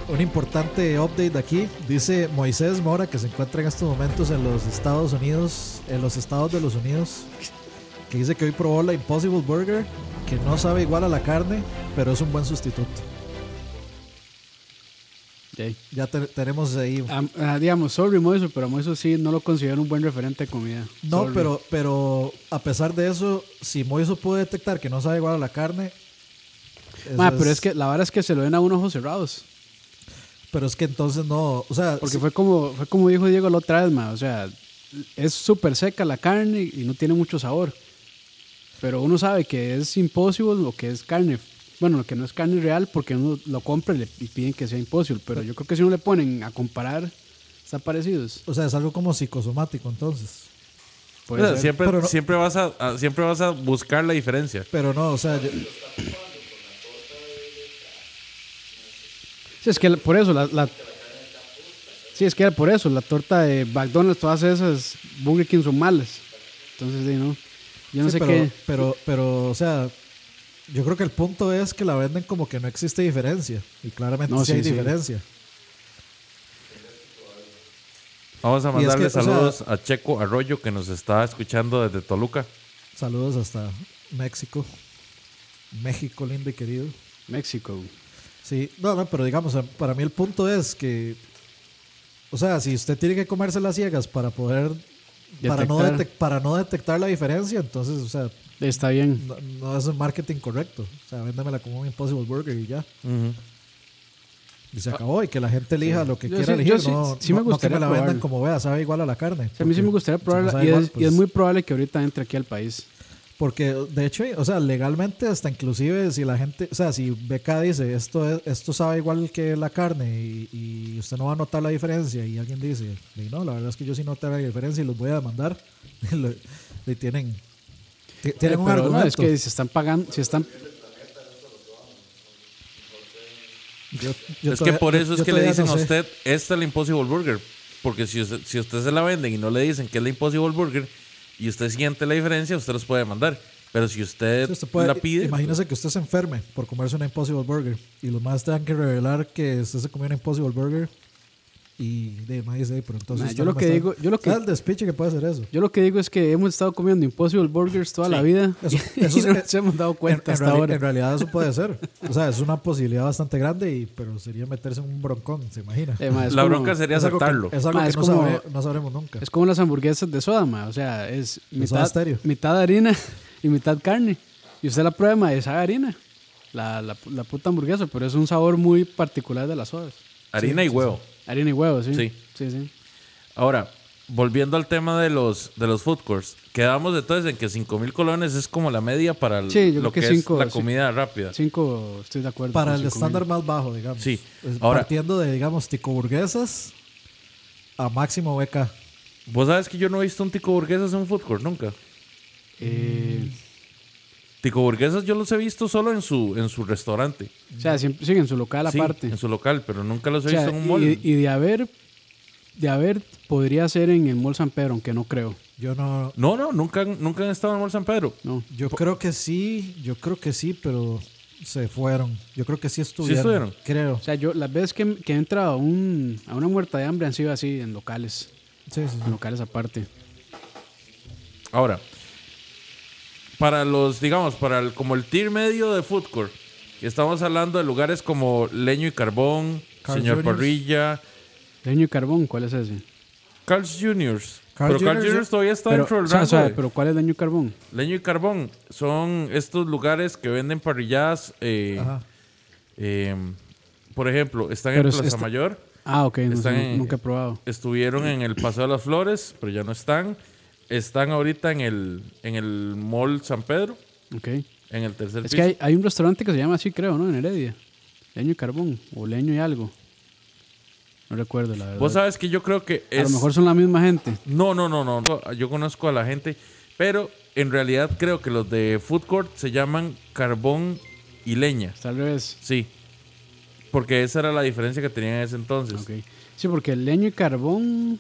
Speaker 4: un importante update aquí. Dice Moisés Mora que se encuentra en estos momentos en los Estados Unidos, en los Estados de los Unidos, que dice que hoy probó la Impossible Burger, que no sabe igual a la carne, pero es un buen sustituto.
Speaker 3: Sí.
Speaker 4: Ya te- tenemos ahí.
Speaker 3: Ah, ah, digamos, sorry Moiso, pero Moiso sí no lo considero un buen referente de comida.
Speaker 4: No,
Speaker 3: Sorry.
Speaker 4: pero, pero a pesar de eso, si Moiso puede detectar que no sabe igual a la carne. eso
Speaker 3: Mae, pero es que la verdad es que se lo den a unos ojos cerrados.
Speaker 4: Pero es que entonces no, o sea,
Speaker 3: Porque
Speaker 4: sí,
Speaker 3: fue como fue como dijo Diego la otra vez, mae, O sea, es súper seca la carne y no tiene mucho sabor. Pero uno sabe que es imposible lo que es carne. Bueno, lo que no es carne real porque uno lo compra y le y piden que sea imposible. Pero yo creo que si uno le ponen a comparar, están parecidos.
Speaker 4: o sea, es algo como psicosomático entonces.
Speaker 3: Puede
Speaker 2: O sea,
Speaker 3: ser.
Speaker 2: siempre,
Speaker 4: pero no-
Speaker 2: siempre, vas a, a- siempre vas a buscar la diferencia.
Speaker 4: Pero no, o sea, yo-
Speaker 3: Sí, es que por eso la, la- Sí, es que por eso la torta de McDonald's, todas esas Burger King son malas. Entonces, sí, no. Yo no
Speaker 4: sí,
Speaker 3: sé
Speaker 4: pero,
Speaker 3: qué.
Speaker 4: pero pero o sea, yo creo que el punto es que la venden como que no existe diferencia y claramente
Speaker 3: No,
Speaker 4: sí,
Speaker 3: sí,
Speaker 4: hay
Speaker 3: sí.
Speaker 4: diferencia.
Speaker 2: Vamos a
Speaker 4: Y es que,
Speaker 2: mandarle
Speaker 4: o sea-
Speaker 2: saludos a Checo Arroyo que nos está escuchando desde Toluca.
Speaker 4: Saludos hasta México. México lindo y querido.
Speaker 3: México.
Speaker 4: Sí, no, no, pero digamos, para mí el punto es que o sea, si usted tiene que comerse las ciegas para poder para no,
Speaker 3: Detectar.
Speaker 4: detec- para no detectar la diferencia, entonces, o sea,
Speaker 3: Está bien.
Speaker 4: no, no es un marketing correcto. O sea, véndamela como un Impossible Burger y ya.
Speaker 2: Ujú.
Speaker 4: Y se acabó. Y que la gente elija lo que
Speaker 3: Yo
Speaker 4: quiera
Speaker 3: sí-
Speaker 4: elegir.
Speaker 3: yo sí-
Speaker 4: no,
Speaker 3: sí me
Speaker 4: no- no que
Speaker 3: gustaría
Speaker 4: me la vendan
Speaker 3: probarlo.
Speaker 4: como vea, sabe igual a la carne.
Speaker 3: O sea, a mí sí me
Speaker 4: porque
Speaker 3: gustaría
Speaker 4: si no
Speaker 3: probarla.
Speaker 4: sabe
Speaker 3: Y,
Speaker 4: igual,
Speaker 3: es, y
Speaker 4: pues-
Speaker 3: es muy probable que ahorita entre aquí al país.
Speaker 4: Porque de hecho, o sea, legalmente, hasta inclusive si la gente, o sea, si BK dice esto, es- esto sabe igual que la carne y, y usted no va a notar la diferencia, y alguien dice, "Di, no, la verdad es que yo sí noté la diferencia y los voy a demandar, (laughs) lo- le tienen, ti- tienen un
Speaker 3: Eh, Pero
Speaker 4: argumento.
Speaker 3: No, es que si están pagando, si están.
Speaker 4: Yo- yo
Speaker 2: es
Speaker 4: todavía-
Speaker 2: que por
Speaker 4: yo-
Speaker 2: eso
Speaker 4: yo
Speaker 2: es que le
Speaker 4: todavía no
Speaker 2: dicen a
Speaker 4: sé.
Speaker 2: usted, esta es la Impossible Burger. Porque si usted, si usted se la venden y no le dicen que es la Impossible Burger y usted siente la diferencia, usted los puede mandar. Pero si usted,
Speaker 4: Sí, usted puede-
Speaker 2: la pide,
Speaker 4: Imagínese que usted se enferme por comerse una Impossible Burger y los más tengan que revelar que usted se comió una Impossible Burger y de más dice, "Ey, pero entonces.
Speaker 3: Nah,
Speaker 4: usted
Speaker 3: yo
Speaker 4: no
Speaker 3: lo
Speaker 4: me
Speaker 3: que
Speaker 4: está-
Speaker 3: digo- yo lo que-
Speaker 4: ¿Sabe el despiche que puede hacer
Speaker 3: (laughs)
Speaker 4: eso.
Speaker 3: Yo lo que digo es que hemos estado comiendo Impossible Burgers toda la vida.
Speaker 4: Eso-
Speaker 3: (laughs) y
Speaker 4: eso es-
Speaker 3: no nos hemos dado cuenta
Speaker 4: en,
Speaker 3: hasta
Speaker 4: reali-
Speaker 3: ahora.
Speaker 4: en realidad eso puede ser. O sea, es una posibilidad bastante grande, y, pero sería meterse en un broncón, se imagina.
Speaker 3: Eh, ma, es
Speaker 2: la
Speaker 3: como-
Speaker 2: bronca sería
Speaker 4: es algo que,
Speaker 2: aceptarlo.
Speaker 4: es algo
Speaker 3: Ma,
Speaker 4: que
Speaker 3: es
Speaker 4: no,
Speaker 3: como-
Speaker 4: sabe- no sabremos nunca.
Speaker 3: Es como las hamburguesas de soda, ma. O sea, es
Speaker 4: Soda
Speaker 3: mitad,
Speaker 4: Stereo.
Speaker 3: mitad harina (laughs) y mitad carne. Y usted la prueba, ma, es harina. La, la, la puta hamburguesa, pero es un sabor muy particular de las sodas.
Speaker 2: harina y huevo.
Speaker 3: Harina y huevos, sí.
Speaker 2: Sí.
Speaker 3: Sí, sí.
Speaker 2: Ahora, volviendo al tema de los, de los food courts, quedamos entonces en que 5 mil colones es como la media para el-
Speaker 3: Sí, yo creo
Speaker 2: lo
Speaker 3: que
Speaker 2: que,
Speaker 3: cinco,
Speaker 2: es la
Speaker 3: sí.
Speaker 2: comida rápida. Sí.
Speaker 3: Cinco, estoy de
Speaker 2: Pues,
Speaker 3: acuerdo.
Speaker 4: Para
Speaker 3: con
Speaker 4: el
Speaker 3: cinco
Speaker 4: estándar
Speaker 3: mil.
Speaker 4: más bajo, digamos.
Speaker 2: Sí.
Speaker 4: Es
Speaker 2: Ahora-
Speaker 4: partiendo de, digamos, tico burguesas a máximo BK.
Speaker 2: Vos sabes que yo no he visto un tico burguesas en un food court nunca.
Speaker 3: Eh,
Speaker 2: Tico burguesas yo los he visto solo en su, en su restaurante.
Speaker 3: o sea, siempre, sí, en su local
Speaker 2: Sí,
Speaker 3: aparte.
Speaker 2: En su local, pero nunca los he
Speaker 3: O sea,
Speaker 2: visto en un mall.
Speaker 3: y, y de haber, de haber, podría ser en el Mall San Pedro, aunque no creo.
Speaker 4: Yo no.
Speaker 2: No, no, nunca, han- nunca han estado en el mall San Pedro.
Speaker 3: No.
Speaker 4: Yo creo que sí, yo creo que sí, pero se fueron. Yo creo que sí estuvieron.
Speaker 2: estuvieron?
Speaker 4: Creo.
Speaker 3: O sea, yo las veces que, que he entrado a, un, a una muerta de hambre han sido así, en locales,
Speaker 4: Sí, sí, sí.
Speaker 3: en
Speaker 2: Ah,
Speaker 3: locales aparte.
Speaker 2: Ahora, para los, digamos, para el, como el tier medio de food court, que estamos hablando de lugares como Leño y Carbón,
Speaker 4: Carl
Speaker 2: Señor
Speaker 4: Juniors.
Speaker 2: Parrilla,
Speaker 3: Leño y carbón, ¿cuál es ese?
Speaker 2: Carl's Juniors.
Speaker 4: Carl
Speaker 2: pero Carl's
Speaker 4: Jr.
Speaker 2: Juniors todavía está
Speaker 3: Pero,
Speaker 2: dentro del
Speaker 3: o sea,
Speaker 2: rango.
Speaker 3: o sea,
Speaker 2: de-
Speaker 3: pero ¿cuál es Leño y carbón?
Speaker 2: Leño y Carbón son estos lugares que venden parrilladas. eh,
Speaker 4: Ajá.
Speaker 2: eh, por ejemplo, están
Speaker 3: Pero
Speaker 2: en
Speaker 3: es-
Speaker 2: Plaza
Speaker 3: esta-
Speaker 2: Mayor,
Speaker 3: Ah, ok, no sé,
Speaker 2: Están en-
Speaker 3: nunca he probado.
Speaker 2: estuvieron en el Paseo de las Flores, pero ya no están. Están ahorita en el, en el Mall San Pedro,
Speaker 3: Ok.
Speaker 2: en el tercer
Speaker 3: Es
Speaker 2: piso.
Speaker 3: que hay, hay un restaurante que se llama así, creo, ¿no? En Heredia. Leño y carbón, o leño y algo. No recuerdo, la verdad.
Speaker 2: Vos sabes que yo creo que
Speaker 3: a
Speaker 2: es...
Speaker 3: lo mejor son la misma gente.
Speaker 2: No, no, no, no. no. Yo conozco a la gente, pero en realidad creo que los de Food Court se llaman carbón y leña.
Speaker 3: Está al revés.
Speaker 2: Sí. Porque esa era la diferencia que tenían en ese entonces.
Speaker 3: Ok. Sí, porque el leño y carbón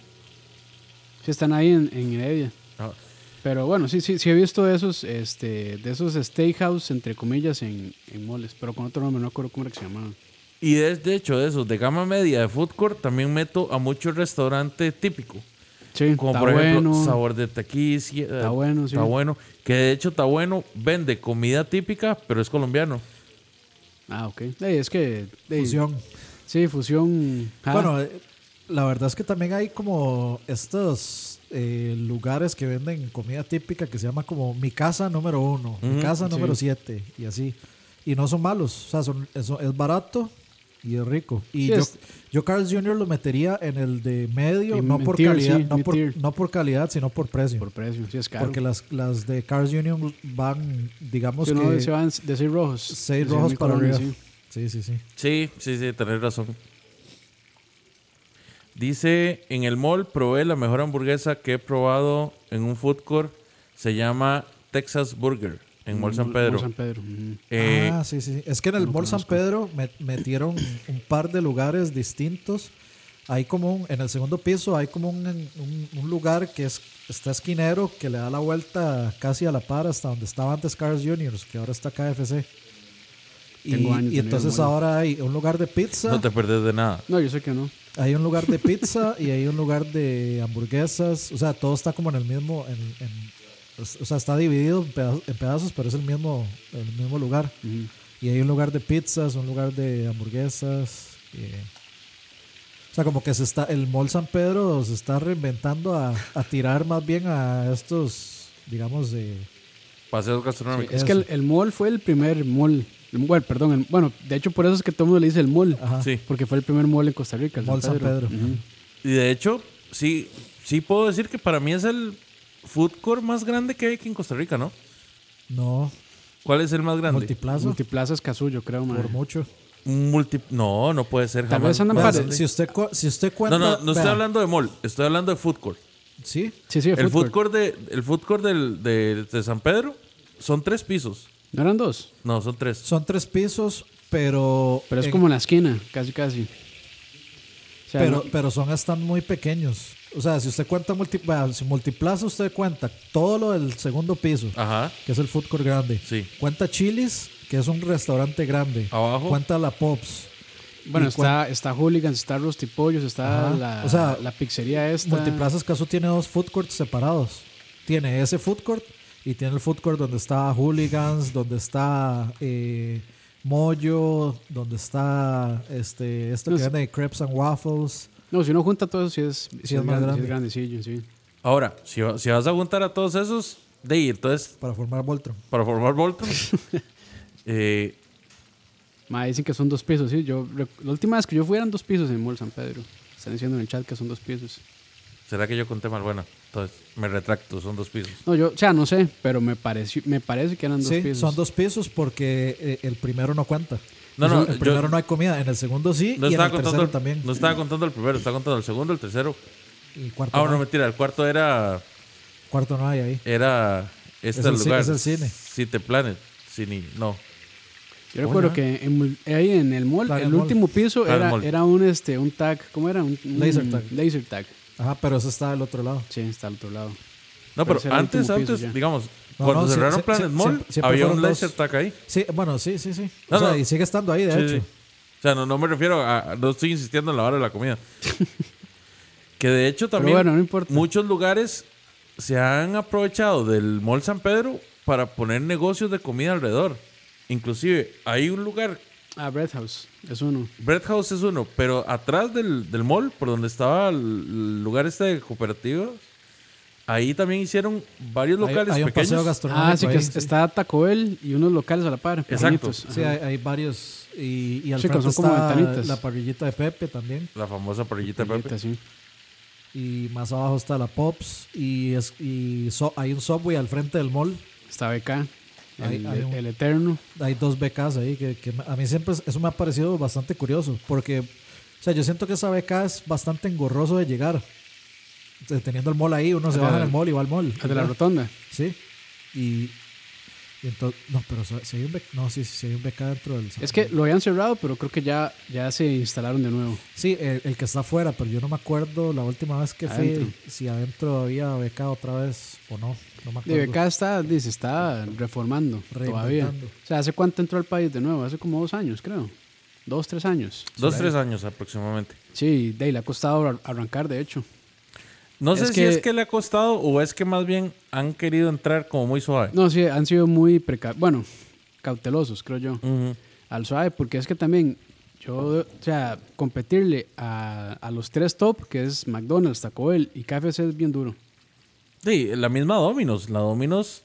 Speaker 3: sí están ahí en, en Heredia.
Speaker 2: Ajá.
Speaker 3: Pero bueno, sí, sí, sí he visto de esos, este, de esos steakhouse, entre comillas, en, en moles, pero con otro nombre, no recuerdo cómo era que se llamaban.
Speaker 2: Y de, de hecho, de esos de gama media de Food Court, también meto a muchos restaurantes típicos.
Speaker 3: Sí,
Speaker 2: Como
Speaker 3: está
Speaker 2: por ejemplo,
Speaker 3: bueno.
Speaker 2: sabor de taquicia. eh,
Speaker 3: Está bueno, sí.
Speaker 2: Está bueno. Que de hecho, está bueno. Vende comida típica, pero es colombiano.
Speaker 3: Ah, ok. Ey, es que. ey,
Speaker 4: Fusión.
Speaker 3: Sí, fusión. ah,
Speaker 4: Bueno, eh, la verdad es que también hay como estos eh, lugares que venden comida típica que se llama como mi casa número uno, mi casa número siete y así. Y no son malos, o sea, son, es, es barato y es rico.
Speaker 3: Sí,
Speaker 4: Y yo,
Speaker 3: es-
Speaker 4: yo Carl Jr. lo metería en el de medio,
Speaker 3: En
Speaker 4: no por,
Speaker 3: mid-tier,
Speaker 4: calidad,
Speaker 3: sí,
Speaker 4: no, por,
Speaker 3: mid-tier.
Speaker 4: no por calidad, sino por precio.
Speaker 3: por precio, sí es caro.
Speaker 4: porque las, las de Carl Jr. van, digamos
Speaker 3: Si uno
Speaker 4: que,
Speaker 3: se van de seis rojos.
Speaker 4: seis
Speaker 3: de seis
Speaker 4: rojos
Speaker 3: mil
Speaker 4: para
Speaker 3: colones,
Speaker 4: arriba.
Speaker 3: sí.
Speaker 4: Sí, sí, sí.
Speaker 2: Sí, sí, sí, tenés razón. Dice, en el mall probé la mejor hamburguesa que he probado en un food court. Se llama Texas Burger en Mall San Pedro.
Speaker 3: Mm, Mall San Pedro. ujú.
Speaker 2: Eh,
Speaker 4: ah, sí, sí. sí. Es que en el Mall San Pedro met- metieron un par de lugares distintos. Hay como un, en el segundo piso hay como un, un- un lugar que es, está esquinero, que le da la vuelta casi a la par hasta donde estaba antes Cars Juniors, que ahora está KFC. Y,
Speaker 3: Tengo años
Speaker 4: y
Speaker 3: de no ir
Speaker 4: entonces
Speaker 3: al mall.
Speaker 4: ahora hay un lugar de pizza,
Speaker 2: no te perdés de nada.
Speaker 3: No, yo sé que no.
Speaker 4: hay un lugar de pizza y hay un lugar de hamburguesas. O sea, todo está como en el mismo, en- en- pues, o sea, está dividido en pedazos, en pedazos, pero es el mismo, el mismo lugar.
Speaker 3: Ujú.
Speaker 4: Y hay un lugar de pizzas, un lugar de hamburguesas. eh. O sea, como que se está, el Mall San Pedro se está reinventando a, a tirar más bien a estos, digamos, de...
Speaker 2: Paseos gastronómicos.
Speaker 3: Es que el, el mall fue el primer mall. el- Bueno, perdón, el- bueno, de hecho por eso es que todo el mundo le dice el mall.
Speaker 4: Ajá.
Speaker 2: Sí.
Speaker 3: Porque fue el primer mall en Costa Rica. el
Speaker 4: Mall San Pedro.
Speaker 3: Ujú.
Speaker 2: Y de hecho, sí, sí puedo decir que para mí es el food court más grande que hay aquí en Costa Rica, ¿no?
Speaker 4: No,
Speaker 2: ¿Cuál es el más grande?
Speaker 4: multiplazo,
Speaker 3: Multiplaza es Casullo, creo, man.
Speaker 4: por mucho.
Speaker 2: Un multi- no, no puede ser
Speaker 3: Tal
Speaker 2: jamás.
Speaker 3: vez andan
Speaker 4: Vean,
Speaker 3: Vale.
Speaker 4: si- si, usted, cu- si usted cuenta...
Speaker 2: No, no, no estoy
Speaker 4: vea,
Speaker 2: hablando de mall, estoy hablando de food court.
Speaker 4: Sí,
Speaker 3: Sí, sí,
Speaker 2: El food court, de, el food court del, de, de San Pedro son tres pisos.
Speaker 3: ¿No eran dos?
Speaker 2: No, son tres.
Speaker 4: son tres pisos, pero...
Speaker 3: Pero es
Speaker 4: en-
Speaker 3: como en la esquina, casi, casi. O sea,
Speaker 4: Eh. pero,
Speaker 3: no-
Speaker 4: pero son están muy pequeños. O sea, si usted cuenta multi, vea, si multiplaza, usted cuenta todo lo del segundo piso.
Speaker 3: Ah.
Speaker 2: Ajá.
Speaker 4: que es el food court grande.
Speaker 2: Sí.
Speaker 4: Cuenta Chili's, que es un restaurante grande.
Speaker 2: Abajo.
Speaker 4: Cuenta la Pops.
Speaker 3: bueno,
Speaker 4: y
Speaker 3: está, está Hooligans, está Rusty Pollos, está
Speaker 4: Ajá.
Speaker 3: la,
Speaker 4: O sea,
Speaker 3: la pizzería esta.
Speaker 4: Multiplazas Caso tiene dos food courts separados. Tiene ese food court y tiene el food court donde está Hooligans, donde está eh, Moyo, donde está este esto que
Speaker 3: Es-
Speaker 4: vende de crepes and waffles.
Speaker 3: No, si uno junta todo eso, sí es, sí
Speaker 4: es
Speaker 3: es grande, sí
Speaker 4: más
Speaker 3: es
Speaker 4: grande.
Speaker 3: grandecillo, sí.
Speaker 2: Ahora, si, va- si vas a juntar a todos esos, de ahí, entonces,
Speaker 4: Para formar Voltron.
Speaker 2: para formar
Speaker 4: (laughs)
Speaker 2: Bolton, eh,
Speaker 3: Ma, dicen que son dos pisos, sí. Yo, rec- la última vez que yo fui eran dos pisos en Mall San Pedro. Están diciendo en el chat que son dos pisos.
Speaker 2: ¿Será que yo conté mal? Bueno, entonces me retracto, son dos pisos.
Speaker 3: No, yo, o sea, no sé, pero me, pareció, me parece que eran dos
Speaker 4: Sí,
Speaker 3: pisos.
Speaker 4: son dos pisos porque eh, el primero no cuenta.
Speaker 2: No, no,
Speaker 4: El
Speaker 2: yo-
Speaker 4: primero no hay comida, en el segundo sí,
Speaker 2: No
Speaker 4: y en
Speaker 2: estaba,
Speaker 4: el
Speaker 2: contando
Speaker 4: tercero
Speaker 2: el,
Speaker 4: también.
Speaker 2: no estaba contando el primero, estaba contando el segundo, el tercero.
Speaker 4: Y cuarto,
Speaker 2: Ah,
Speaker 4: no,
Speaker 2: no, mentira, el cuarto era.
Speaker 4: cuarto no hay ahí.
Speaker 2: Era. Este
Speaker 4: Es el ci-
Speaker 2: lugar.
Speaker 4: es el cine.
Speaker 2: City Planet. Cine, no.
Speaker 3: Yo recuerdo
Speaker 4: Hola.
Speaker 3: que en, mul- ahí en el mall,
Speaker 4: Planet
Speaker 3: el
Speaker 4: Mall.
Speaker 3: último piso
Speaker 2: Planet
Speaker 3: era,
Speaker 2: Mall.
Speaker 3: era un, este, un tag, ¿cómo era? Un, un-
Speaker 4: Laser tag.
Speaker 3: Laser tag.
Speaker 4: Ajá, pero eso está del otro lado.
Speaker 3: Sí, está al otro lado.
Speaker 2: No,
Speaker 3: Pero
Speaker 2: pero,
Speaker 3: ese era el
Speaker 2: antes,
Speaker 3: último piso
Speaker 2: antes,
Speaker 3: ya.
Speaker 2: digamos,
Speaker 4: No,
Speaker 2: cuando
Speaker 4: no, sí,
Speaker 2: cerraron
Speaker 4: sí,
Speaker 2: Planet
Speaker 4: sí,
Speaker 2: Mall,
Speaker 4: siempre- siempre
Speaker 2: había un
Speaker 4: fueron dos.
Speaker 2: laser tag ahí.
Speaker 4: Sí, bueno, sí, sí, sí.
Speaker 2: No,
Speaker 4: o sea,
Speaker 2: no.
Speaker 4: y sigue estando ahí, de
Speaker 2: Sí,
Speaker 4: hecho.
Speaker 2: sí. O sea, no, no me refiero a. No estoy insistiendo en la hora de la comida. que de hecho también.
Speaker 3: bueno, no importa.
Speaker 2: Muchos lugares se han aprovechado del Mall San Pedro para poner negocios de comida alrededor. Inclusive, hay un lugar.
Speaker 3: Ah, Bread House, es uno.
Speaker 2: Bread House es uno, pero atrás del, del mall, por donde estaba el- el lugar este de cooperativas, ahí también hicieron varios
Speaker 4: Hay-
Speaker 2: locales
Speaker 4: hay, un
Speaker 2: pequeños.
Speaker 4: paseo gastronómico.
Speaker 3: Ah, sí, que
Speaker 4: ahí,
Speaker 3: es- está Taco Bell y unos locales a la par.
Speaker 2: Exacto.
Speaker 3: pequeñitos. Ajá.
Speaker 4: Sí, hay, hay varios. Y, y al
Speaker 3: Sí, que
Speaker 4: frente
Speaker 3: son como
Speaker 4: está
Speaker 3: ventanitas.
Speaker 4: la parrillita de Pepe también.
Speaker 2: La famosa parrillita de Pepe.
Speaker 3: Galleta, sí.
Speaker 4: Y más abajo está la Pops. Y, es, y so- hay un Subway al frente del mall.
Speaker 3: Está BK, el,
Speaker 4: Hay- hay un-
Speaker 3: el Eterno.
Speaker 4: Hay dos becas ahí que, que a mí siempre es- eso me ha parecido bastante curioso. Porque, o sea, yo siento que esa beca es bastante engorroso de llegar. O sea, Teniendo el mall ahí, uno se
Speaker 3: Ah,
Speaker 4: baja
Speaker 3: de-
Speaker 4: en el mall y va al mall.
Speaker 3: El de la
Speaker 4: ¿verdad?
Speaker 3: rotonda.
Speaker 4: Sí. Y, entonces, no, pero so- si hay un beca, no, sí, sí, si hay un beca dentro del
Speaker 3: Es que lo habían cerrado, pero creo que ya, ya se instalaron de nuevo.
Speaker 4: Sí, el, el que está afuera, pero yo no me acuerdo la última vez que fui
Speaker 3: Adentro.
Speaker 4: si adentro había beca otra vez o no. No me acuerdo.
Speaker 3: De BK está, dice, está reformando todavía.
Speaker 4: Reinventando.
Speaker 3: O sea, ¿hace cuánto entró al país de nuevo? Hace como dos años, creo. Dos, tres años.
Speaker 2: Dos, tres años aproximadamente.
Speaker 3: Sí, de ahí le ha costado ar- arrancar, de hecho.
Speaker 2: No
Speaker 3: Es
Speaker 2: sé si
Speaker 3: que-
Speaker 2: es que le ha costado o es que más bien han querido entrar como muy suave.
Speaker 3: No, sí, han sido muy preca bueno, cautelosos, creo yo.
Speaker 2: Ujú.
Speaker 3: Al suave, porque es que también yo, o sea, competirle a, a los tres top, que es McDonald's, Taco Bell y KFC es bien duro.
Speaker 2: Sí, la misma Dominos. La Dominos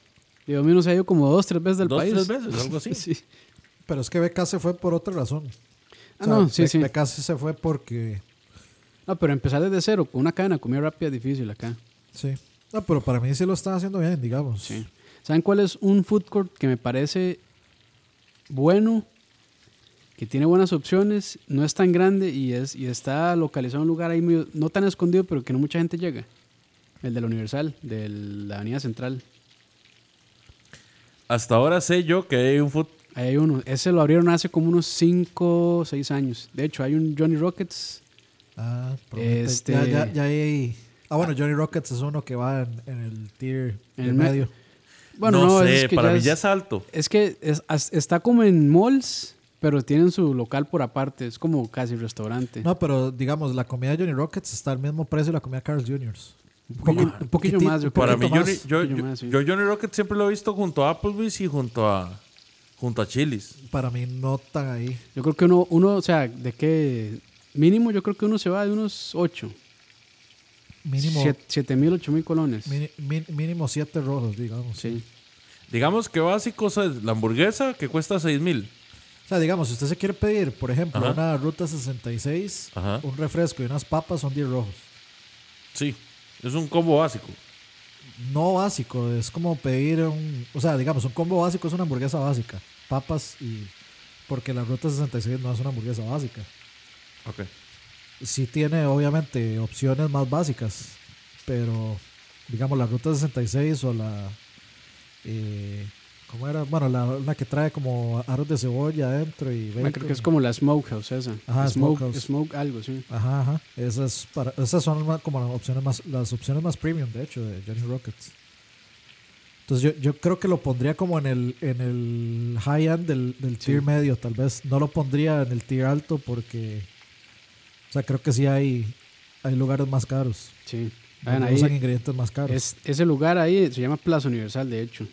Speaker 3: Y Domino se ha ido como dos, tres veces del
Speaker 2: dos,
Speaker 3: país.
Speaker 2: tres veces, algo así.
Speaker 3: (laughs) Sí.
Speaker 4: Pero es que beca se fue por otra razón.
Speaker 3: Ah, no, sí, sí.
Speaker 4: Beca se fue porque.
Speaker 3: No, pero empezar desde cero con una cadena de comida rápida es difícil acá.
Speaker 4: Sí. No, pero para mí sí lo está haciendo bien, digamos.
Speaker 3: Sí. ¿Saben cuál es un food court que me parece bueno, que tiene buenas opciones, no es tan grande y, es, y está localizado en un lugar ahí medio- no tan escondido, pero que no mucha gente llega? El de la Universal, de la Avenida Central.
Speaker 2: Hasta ahora sé yo que hay un food
Speaker 3: Ahí hay uno. Ese lo abrieron hace como unos 5 6 años. De hecho, hay un Johnny Rockets.
Speaker 4: Ah, promete.
Speaker 3: Este-
Speaker 4: Ya, ya, ya hay- Ah, bueno, Johnny Rockets es uno que va en, en el tier
Speaker 3: En
Speaker 4: en
Speaker 3: el
Speaker 4: el
Speaker 3: me-
Speaker 4: medio.
Speaker 3: Bueno, no,
Speaker 2: no sé,
Speaker 3: es que
Speaker 2: para
Speaker 3: ya
Speaker 2: mí
Speaker 3: es-
Speaker 2: ya es alto.
Speaker 3: Es que es- as- está como en malls, pero tienen su local por aparte. Es como casi restaurante.
Speaker 4: No, pero digamos, la comida de Johnny Rockets está al mismo precio de la comida de Carl Jr. Un,
Speaker 3: poquillo- un poquillo más, yo creo.
Speaker 2: Para
Speaker 3: Un
Speaker 2: mí,
Speaker 3: poquito
Speaker 2: Johnny-
Speaker 3: más,
Speaker 2: yo,
Speaker 3: un poquillo
Speaker 2: yo-
Speaker 3: más, sí.
Speaker 2: yo Johnny Rocket siempre lo he visto junto a Applebee's y junto a, junto a Chili's.
Speaker 4: Para mí no tan ahí.
Speaker 3: Yo creo que uno, uno, o sea, de qué mínimo yo creo que uno se va de unos 8.
Speaker 4: Mínimo,
Speaker 3: 7 mil, 8 mil colones.
Speaker 4: mini- min- mínimo siete rojos, digamos.
Speaker 3: Sí.
Speaker 2: Digamos que básicos es la hamburguesa que cuesta 6 mil.
Speaker 4: O sea, digamos, si usted se quiere pedir, por ejemplo,
Speaker 2: Ajá.
Speaker 4: una ruta 66,
Speaker 2: Ajá.
Speaker 4: un refresco y unas papas son 10 rojos.
Speaker 2: Sí, es un combo básico.
Speaker 4: No básico, es como pedir un. O sea, digamos, un combo básico es una hamburguesa básica. Papas y. Porque la ruta 66 no es una hamburguesa básica.
Speaker 2: Ok.
Speaker 4: sí tiene obviamente opciones más básicas, pero digamos la ruta 66 o la eh, ¿cómo era? Bueno, la, una que trae como aros de cebolla adentro y
Speaker 3: Ma, creo
Speaker 4: bacon.
Speaker 3: que es como la smokehouse esa.
Speaker 4: Ajá,
Speaker 3: smoke,
Speaker 4: smokehouse.
Speaker 3: smoke algo, sí.
Speaker 4: Ajá, ajá. Esas, para, esas son más- como las opciones más las opciones más premium, de hecho, de Johnny Rockets. Entonces yo, yo creo que lo pondría como en el en el high end del, del tier medio, tal vez. No lo pondría en el tier alto porque o sea, creo que sí hay hay lugares más caros.
Speaker 3: Sí. Vayan
Speaker 4: Donde
Speaker 3: ahí.
Speaker 4: usan ingredientes más caros.
Speaker 3: Es, ese lugar ahí se llama Plaza Universal, de hecho.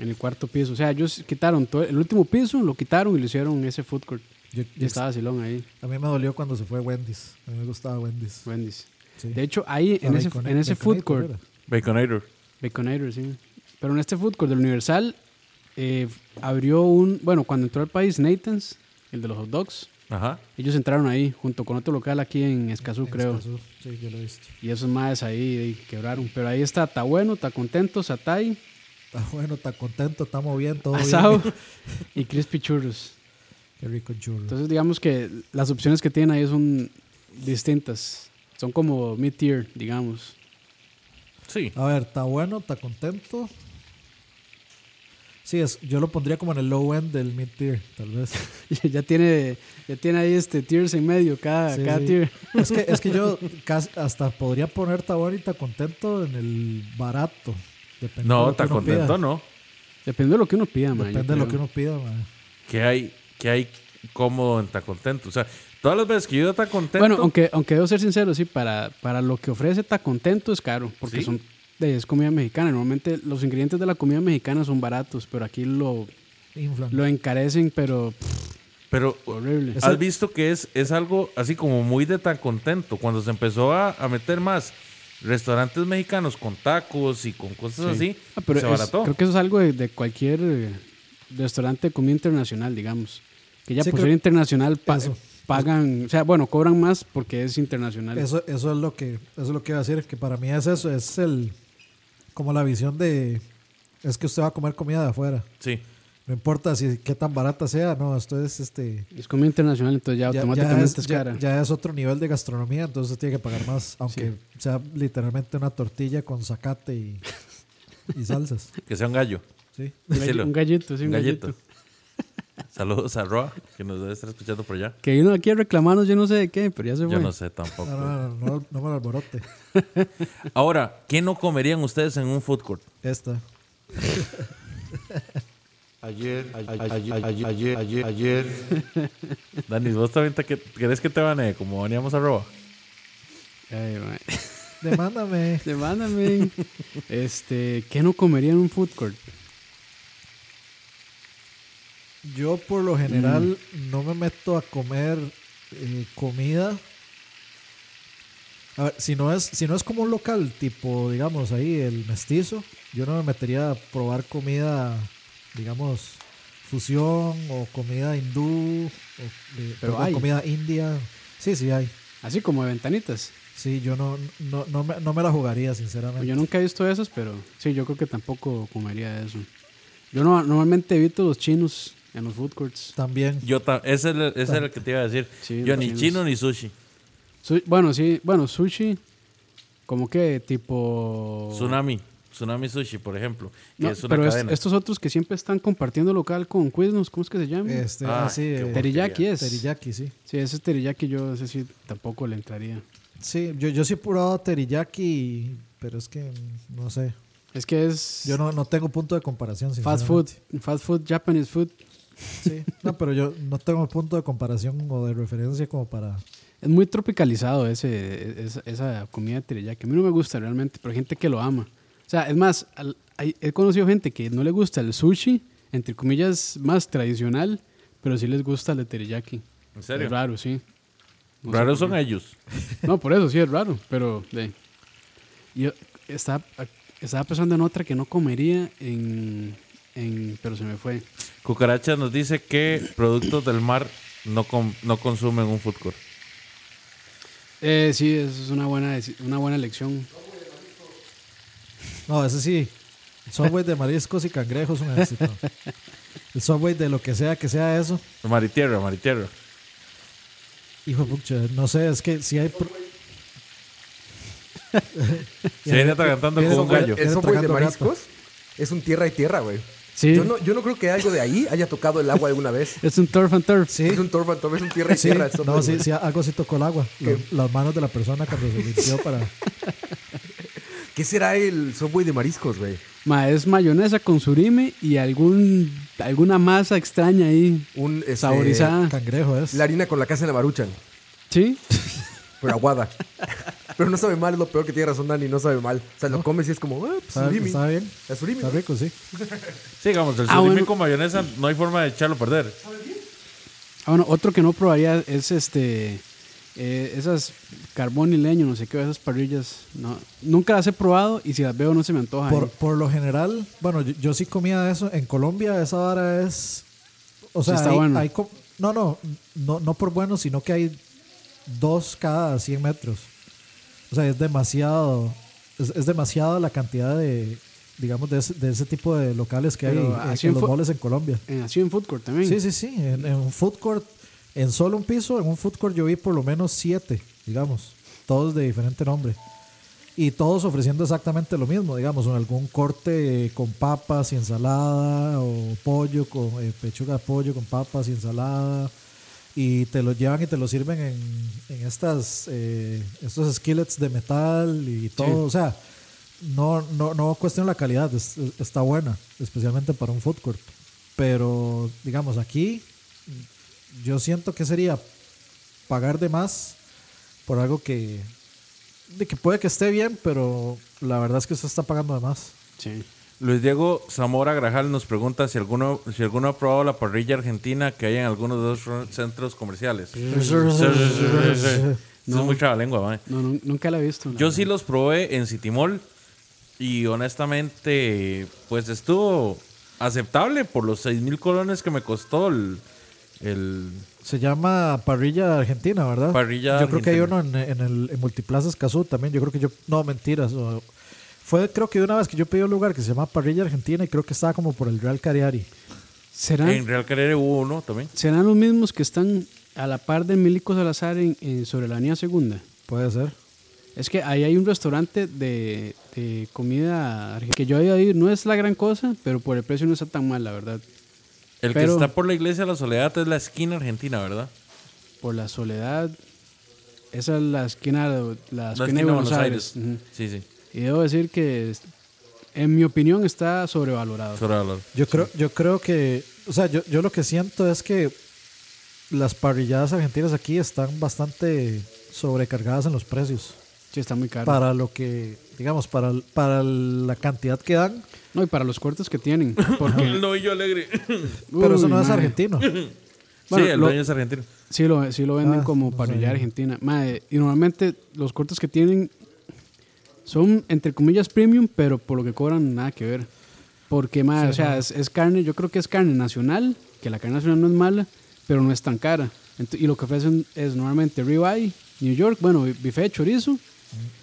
Speaker 3: En el cuarto piso. O sea, ellos quitaron todo, el último piso, lo quitaron y lo hicieron ese food court.
Speaker 4: Yo-
Speaker 3: Y
Speaker 4: yo-
Speaker 3: estaba Silón ahí,
Speaker 4: a mí me dolió cuando se fue Wendy's. A mí me gustaba Wendy's.
Speaker 3: Wendy's.
Speaker 4: Sí. Ah,
Speaker 3: De hecho, ahí
Speaker 4: La
Speaker 3: en ese,
Speaker 4: Bacon-
Speaker 3: en ese food
Speaker 4: Baconator
Speaker 3: court
Speaker 4: era.
Speaker 2: Baconator.
Speaker 3: Baconator, sí. Pero en este food court del Universal eh, abrió un. Bueno, cuando entró al país, Nathan's, el de los hot dogs,
Speaker 2: Ajá.
Speaker 3: Ellos entraron ahí, junto con otro local aquí en Escazú, creo.
Speaker 4: Escazú. Sí, yo lo he visto.
Speaker 3: Y esos maes ahí, ahí quebraron. Pero ahí está, está bueno, está contento, Satay,
Speaker 4: Está bueno, está contento, está moviendo todo
Speaker 3: (laughs)
Speaker 4: bien. (laughs)
Speaker 3: Asado y Crispy Churros.
Speaker 4: Qué rico churro.
Speaker 3: Entonces digamos que las opciones que tienen ahí son distintas. Son como mid-tier, digamos. (laughs)
Speaker 2: Sí.
Speaker 4: A ver, está bueno, está contento. Sí, es, yo lo pondría como en el low end del mid tier, tal vez.
Speaker 3: (laughs) ya tiene ya tiene ahí este tiers en medio cada,
Speaker 4: Sí,
Speaker 3: cada
Speaker 4: sí.
Speaker 3: tier.
Speaker 4: Es que, es que yo casi hasta podría poner está bueno y está contento en el barato. Depende de
Speaker 2: No,
Speaker 4: lo
Speaker 2: está
Speaker 4: que uno
Speaker 2: contento,
Speaker 4: pida.
Speaker 2: ¿no?
Speaker 3: Depende de lo que uno pida, man. yo
Speaker 4: Depende de lo que
Speaker 3: creo.
Speaker 4: uno pida, man.
Speaker 2: que hay, que hay cómodo en Tan Contento? O sea, todas las veces que yo Tan Contento.
Speaker 3: Bueno, aunque, aunque debo ser sincero, sí, para, para lo que ofrece está contento es caro, porque
Speaker 2: Sí.
Speaker 3: son, de- es comida mexicana. Normalmente los ingredientes de la comida mexicana son baratos, pero aquí lo,
Speaker 4: Inflan.
Speaker 3: lo encarecen, pero pff,
Speaker 2: Pero
Speaker 3: horrible.
Speaker 2: has visto que es, es algo así como muy de Tan Contento. Cuando se empezó a, a meter más restaurantes mexicanos con tacos y con cosas así,
Speaker 3: Ah, pero
Speaker 2: se
Speaker 3: es-
Speaker 2: abarató.
Speaker 3: creo que eso es algo de, de cualquier eh, restaurante de comida internacional, digamos. Que ya
Speaker 4: Sí,
Speaker 3: por
Speaker 4: creo-
Speaker 3: ser internacional pa-
Speaker 4: eso.
Speaker 3: pagan, o sea, bueno, cobran más porque es internacional.
Speaker 4: Eso, eso es lo que eso es lo que iba a decir, que para mí es eso, es el como la visión de es que usted va a comer comida de afuera.
Speaker 2: Sí.
Speaker 4: No importa si qué tan barata sea, no, esto es este
Speaker 3: Es comida internacional, entonces ya,
Speaker 4: ya-
Speaker 3: automáticamente
Speaker 4: ya
Speaker 3: es,
Speaker 4: es, ya-
Speaker 3: cara.
Speaker 4: ya es otro nivel de gastronomía, entonces usted tiene que pagar más, aunque sea literalmente una tortilla con zacate y, y salsas.
Speaker 2: Que sea un gallo.
Speaker 4: Sí.
Speaker 3: Un galli-
Speaker 2: Decilo.
Speaker 3: un gallito, sí,
Speaker 2: Un
Speaker 3: un
Speaker 2: gallito.
Speaker 3: gallito.
Speaker 2: (laughs) Saludos a Roa, que nos debe estar escuchando por allá.
Speaker 3: Que vino aquí a reclamarnos, yo no sé de qué, pero ya se
Speaker 2: Yo
Speaker 3: fue.
Speaker 2: no sé tampoco.
Speaker 4: No, no, no, no, no me lo alborote.
Speaker 2: Ahora, ¿qué no comerían ustedes en un food court?
Speaker 4: Esta.
Speaker 6: Ayer, ayer, ayer, ayer, ayer, ayer.
Speaker 2: Dani, ¿vos también te, que- querés que te banee como baneamos a Roa?
Speaker 3: Ay, mae.
Speaker 4: Demándame.
Speaker 3: Demándame. este, ¿qué no comería en un food court?
Speaker 4: Yo por lo general
Speaker 2: Mm.
Speaker 4: no me meto a comer eh, comida. A ver, si no, es, si no es como un local, tipo, digamos, ahí el mestizo, yo no me metería a probar comida, digamos, fusión o comida hindú, o, eh,
Speaker 3: Pero
Speaker 4: perdón,
Speaker 3: hay.
Speaker 4: comida india. Sí, sí hay.
Speaker 3: Así como de ventanitas.
Speaker 4: Sí, yo no, no, no, me, no me la jugaría, sinceramente.
Speaker 3: Yo nunca he visto esas, pero sí, yo creo que tampoco comería eso. Yo no, normalmente evito los chinos en los food courts.
Speaker 4: También.
Speaker 2: Yo ta- ese es el, ese era el que te iba a decir.
Speaker 3: Sí,
Speaker 2: Yo
Speaker 3: los
Speaker 2: ni
Speaker 3: chinos.
Speaker 2: chino ni sushi.
Speaker 3: Su- bueno, sí, bueno, sushi, como que tipo...
Speaker 2: Tsunami. Tsunami Sushi, por ejemplo. Que
Speaker 3: Oh. No,
Speaker 2: es una
Speaker 3: pero es-
Speaker 2: cadena.
Speaker 3: estos otros que siempre están compartiendo local con Quiznos, ¿cómo es que se llama?
Speaker 4: Este,
Speaker 2: Ah,
Speaker 4: ah, sí,
Speaker 2: qué
Speaker 4: eh,
Speaker 2: bueno.
Speaker 3: teriyaki es.
Speaker 4: teriyaki, sí.
Speaker 3: Sí, ese teriyaki yo ese sí tampoco le entraría.
Speaker 4: Sí, yo, yo sí he probado teriyaki, pero es que mm, no sé.
Speaker 3: Es que es
Speaker 4: Yo no, no tengo punto de comparación.
Speaker 3: fast food,
Speaker 4: sinceramente.
Speaker 3: fast food, Japanese food.
Speaker 4: Sí. No, pero yo no tengo punto de comparación o de referencia como para.
Speaker 3: Es muy tropicalizado ese, esa, esa comida de teriyaki. A mí no me gusta realmente, pero hay gente que lo ama. O sea, es más, al- hay- he conocido gente que no le gusta el sushi, entre comillas, más tradicional, pero sí les gusta el de teriyaki.
Speaker 2: ¿En serio?
Speaker 3: Es raro, sí. No sé
Speaker 2: Raros
Speaker 3: por
Speaker 2: son ellos.
Speaker 3: qué. No, por eso sí es raro, pero... de- Yo estaba, estaba pensando en otra que no comería en... en- pero se me fue.
Speaker 2: Cucaracha nos dice que productos del mar no, com- no consumen un food court.
Speaker 3: Eh, sí, eso es una buena, deci- una buena elección.
Speaker 4: No, ese sí. El subway de mariscos y cangrejos es un éxito. El subway de lo que sea que sea eso.
Speaker 2: Mar y tierra, mar y tierra.
Speaker 4: Hijo de pucha, no sé, es que si hay. pro-
Speaker 2: Se viene atragantando
Speaker 4: viene
Speaker 2: como un
Speaker 4: como
Speaker 2: gallo.
Speaker 4: Viene
Speaker 5: El software de
Speaker 4: tragando gato.
Speaker 5: mariscos es un tierra y tierra, güey.
Speaker 3: Sí.
Speaker 5: Yo, no, yo no creo que algo de ahí haya tocado el agua alguna vez.
Speaker 3: Es un turf and turf.
Speaker 4: Sí,
Speaker 5: Es un torban, es un tierra y
Speaker 4: sí.
Speaker 5: tierra. el software,
Speaker 4: No, sí,
Speaker 5: güey.
Speaker 4: sí, algo sí tocó el agua. Las- las manos de la persona cuando
Speaker 5: (laughs)
Speaker 4: se limpió para.
Speaker 5: ¿Qué será el Subway de mariscos, güey?
Speaker 3: Ma, es mayonesa con surimi y algún, alguna masa extraña ahí.
Speaker 5: Un este,
Speaker 3: Saborizada.
Speaker 4: Cangrejo es.
Speaker 5: La harina con la casa en la maruchan,
Speaker 3: ¿Sí?
Speaker 5: pero aguada. (laughs) pero no sabe mal, es lo peor que tiene razón Dani, no sabe mal. O sea, lo comes y es como, ah, pues,
Speaker 4: ¿Sabe,
Speaker 5: surimi.
Speaker 4: sabe bien?
Speaker 5: Es surimi.
Speaker 4: Está
Speaker 5: (laughs) ¿no?
Speaker 4: rico, sí.
Speaker 2: Sigamos, el
Speaker 3: Ah,
Speaker 2: surimi
Speaker 3: bueno.
Speaker 2: con mayonesa no hay forma de echarlo a perder.
Speaker 3: Ah, bueno, otro que no probaría es este. eh, esas carbón y leño, no sé qué, esas parrillas. No, nunca las he probado y si las veo no se me antoja. ¿eh?
Speaker 4: Por,
Speaker 3: ahí.
Speaker 4: por lo general, bueno, yo, yo sí comía eso. En Colombia esa vara es... O sea,
Speaker 3: está
Speaker 4: hay,
Speaker 3: bueno.
Speaker 4: hay co- No, no, no, no por bueno, sino que hay dos cada 100 metros. O sea, es demasiado, es, es demasiada la cantidad de, digamos, de ese, de ese tipo de locales que
Speaker 3: Pero
Speaker 4: hay eh,
Speaker 3: así
Speaker 4: en
Speaker 3: en
Speaker 4: los
Speaker 3: fu-
Speaker 4: moles en Colombia.
Speaker 3: Eh, así en Food Court también.
Speaker 4: Sí, sí, sí, en, en un food court, en solo un piso, en un food court yo vi por lo menos siete, digamos, todos de diferente nombre. Y todos ofreciendo exactamente lo mismo, digamos, en algún corte eh, con papas y ensalada, o pollo con eh, pechuga de pollo con papas y ensalada. Y te lo llevan y te lo sirven en, en estas, eh, estos skillets de metal y todo. O sea, no, no, no cuestiono la calidad, es- es- está buena, especialmente para un food court. Pero, digamos, aquí yo siento que sería pagar de más por algo que, de que puede que esté bien, pero la verdad es que usted está pagando de más.
Speaker 3: Sí.
Speaker 2: Luis Diego Zamora Grajal nos pregunta si alguno, si alguno ha probado la parrilla argentina que hay en algunos de los ro- centros comerciales. Sí, sí, sí, sí, sí. Eso Es muy trabalengua, mae.
Speaker 3: No, nu- nunca la he visto. la
Speaker 2: Yo
Speaker 3: verdad.
Speaker 2: sí los probé en City Mall y honestamente, pues estuvo aceptable por los 6 mil colones que me costó el, el-
Speaker 4: Se llama Parrilla Argentina, ¿verdad?
Speaker 2: Parrilla
Speaker 4: Yo creo que hay uno
Speaker 2: Argentina.
Speaker 4: en, en el en Multiplaza Escazú también. Yo creo que yo. No, mentiras. o- fue, creo que de una vez que yo pedí un lugar que se llama Parrilla Argentina y creo que estaba como por el Real Cariari.
Speaker 3: ¿Serán,
Speaker 2: en Real Carrera hubo uno también.
Speaker 3: serán los mismos que están a la par de Milico Salazar en, en- sobre la Avenida Segunda?
Speaker 4: Puede ser.
Speaker 3: Es que ahí hay un restaurante de, de comida arge- que yo he ido a ir. No es la gran cosa, pero por el precio no está tan mal, la verdad.
Speaker 2: El que
Speaker 3: Pero-
Speaker 2: está por la iglesia de la soledad es la esquina argentina, ¿verdad?
Speaker 3: Por la soledad. Esa es la esquina, la esquina,
Speaker 2: La
Speaker 3: de Buenos Aires. Ujú.
Speaker 2: Sí, sí.
Speaker 3: Y debo decir que, es- en mi opinión, está sobrevalorado.
Speaker 2: Sobre valor.
Speaker 4: Yo creo, yo creo que, o sea, yo, yo lo que siento es que las parrilladas argentinas aquí están bastante sobrecargadas en los precios.
Speaker 3: sí, está muy caro.
Speaker 4: Para lo que, digamos, para, para la cantidad que dan.
Speaker 3: No, y para los cortes que tienen. Porque,
Speaker 2: El novillo
Speaker 3: (laughs)
Speaker 2: alegre.
Speaker 4: Pero eso
Speaker 3: Uy,
Speaker 4: no es
Speaker 3: mae.
Speaker 4: argentino.
Speaker 3: Bueno,
Speaker 2: sí, el
Speaker 3: lo-
Speaker 2: dueño es argentino.
Speaker 3: Sí lo, sí lo venden
Speaker 4: Ah,
Speaker 3: como
Speaker 4: no
Speaker 3: parrilla
Speaker 4: sabía.
Speaker 3: argentina. Mae, y normalmente los cortes que tienen son, entre comillas, premium, pero por lo que cobran nada que ver. Porque, mae, o sea, es, es carne, yo creo que es carne nacional, que la carne nacional no es mala, pero no es tan cara. Ento- y lo que ofrecen es normalmente ribeye, New York, bueno, bi- bife de chorizo,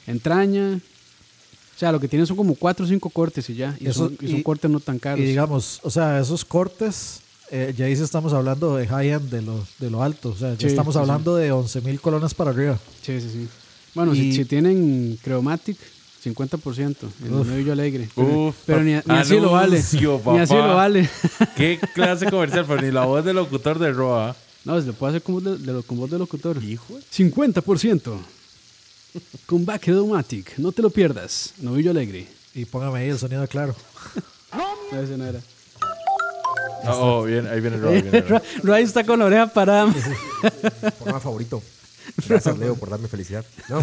Speaker 3: entraña. O sea, lo que tienen son como cuatro o cinco cortes y ya. (laughs) Y,
Speaker 4: Eso-
Speaker 3: son, y son
Speaker 4: y-
Speaker 3: cortes no tan caros.
Speaker 4: Y digamos, o sea, esos cortes, eh, ya ahí sí estamos hablando de high-end, de lo, de lo alto. O sea, ya
Speaker 3: Sí,
Speaker 4: estamos
Speaker 3: sí, sí.
Speaker 4: hablando de 11 mil colones para arriba.
Speaker 3: Sí, sí, sí. Bueno, si,
Speaker 4: Y-
Speaker 3: si tienen Creomatic, 50%. En el Novillo Alegre. Pero,
Speaker 2: Uf,
Speaker 3: pero ni, ni así lo vale.
Speaker 2: anuncio,
Speaker 3: (laughs) Ni así
Speaker 2: papá.
Speaker 3: lo vale.
Speaker 2: (laughs) Qué clase comercial, pero ni la voz del locutor de Roa.
Speaker 3: No, se lo puede hacer con voz de, de lo- con voz de locutor.
Speaker 2: Hijo.
Speaker 3: 50%. Con back Creomatic. No te lo pierdas. Novillo Alegre.
Speaker 4: Y póngame ahí el sonido claro.
Speaker 3: (laughs) No, ese no era.
Speaker 2: Ah, Oh, bien, ahí viene Roa. ahí viene Roa.
Speaker 3: Ray está con la oreja parada. ma.
Speaker 5: Programa
Speaker 3: (laughs)
Speaker 5: favorito. Gracias, Leo, por darme felicidad. No,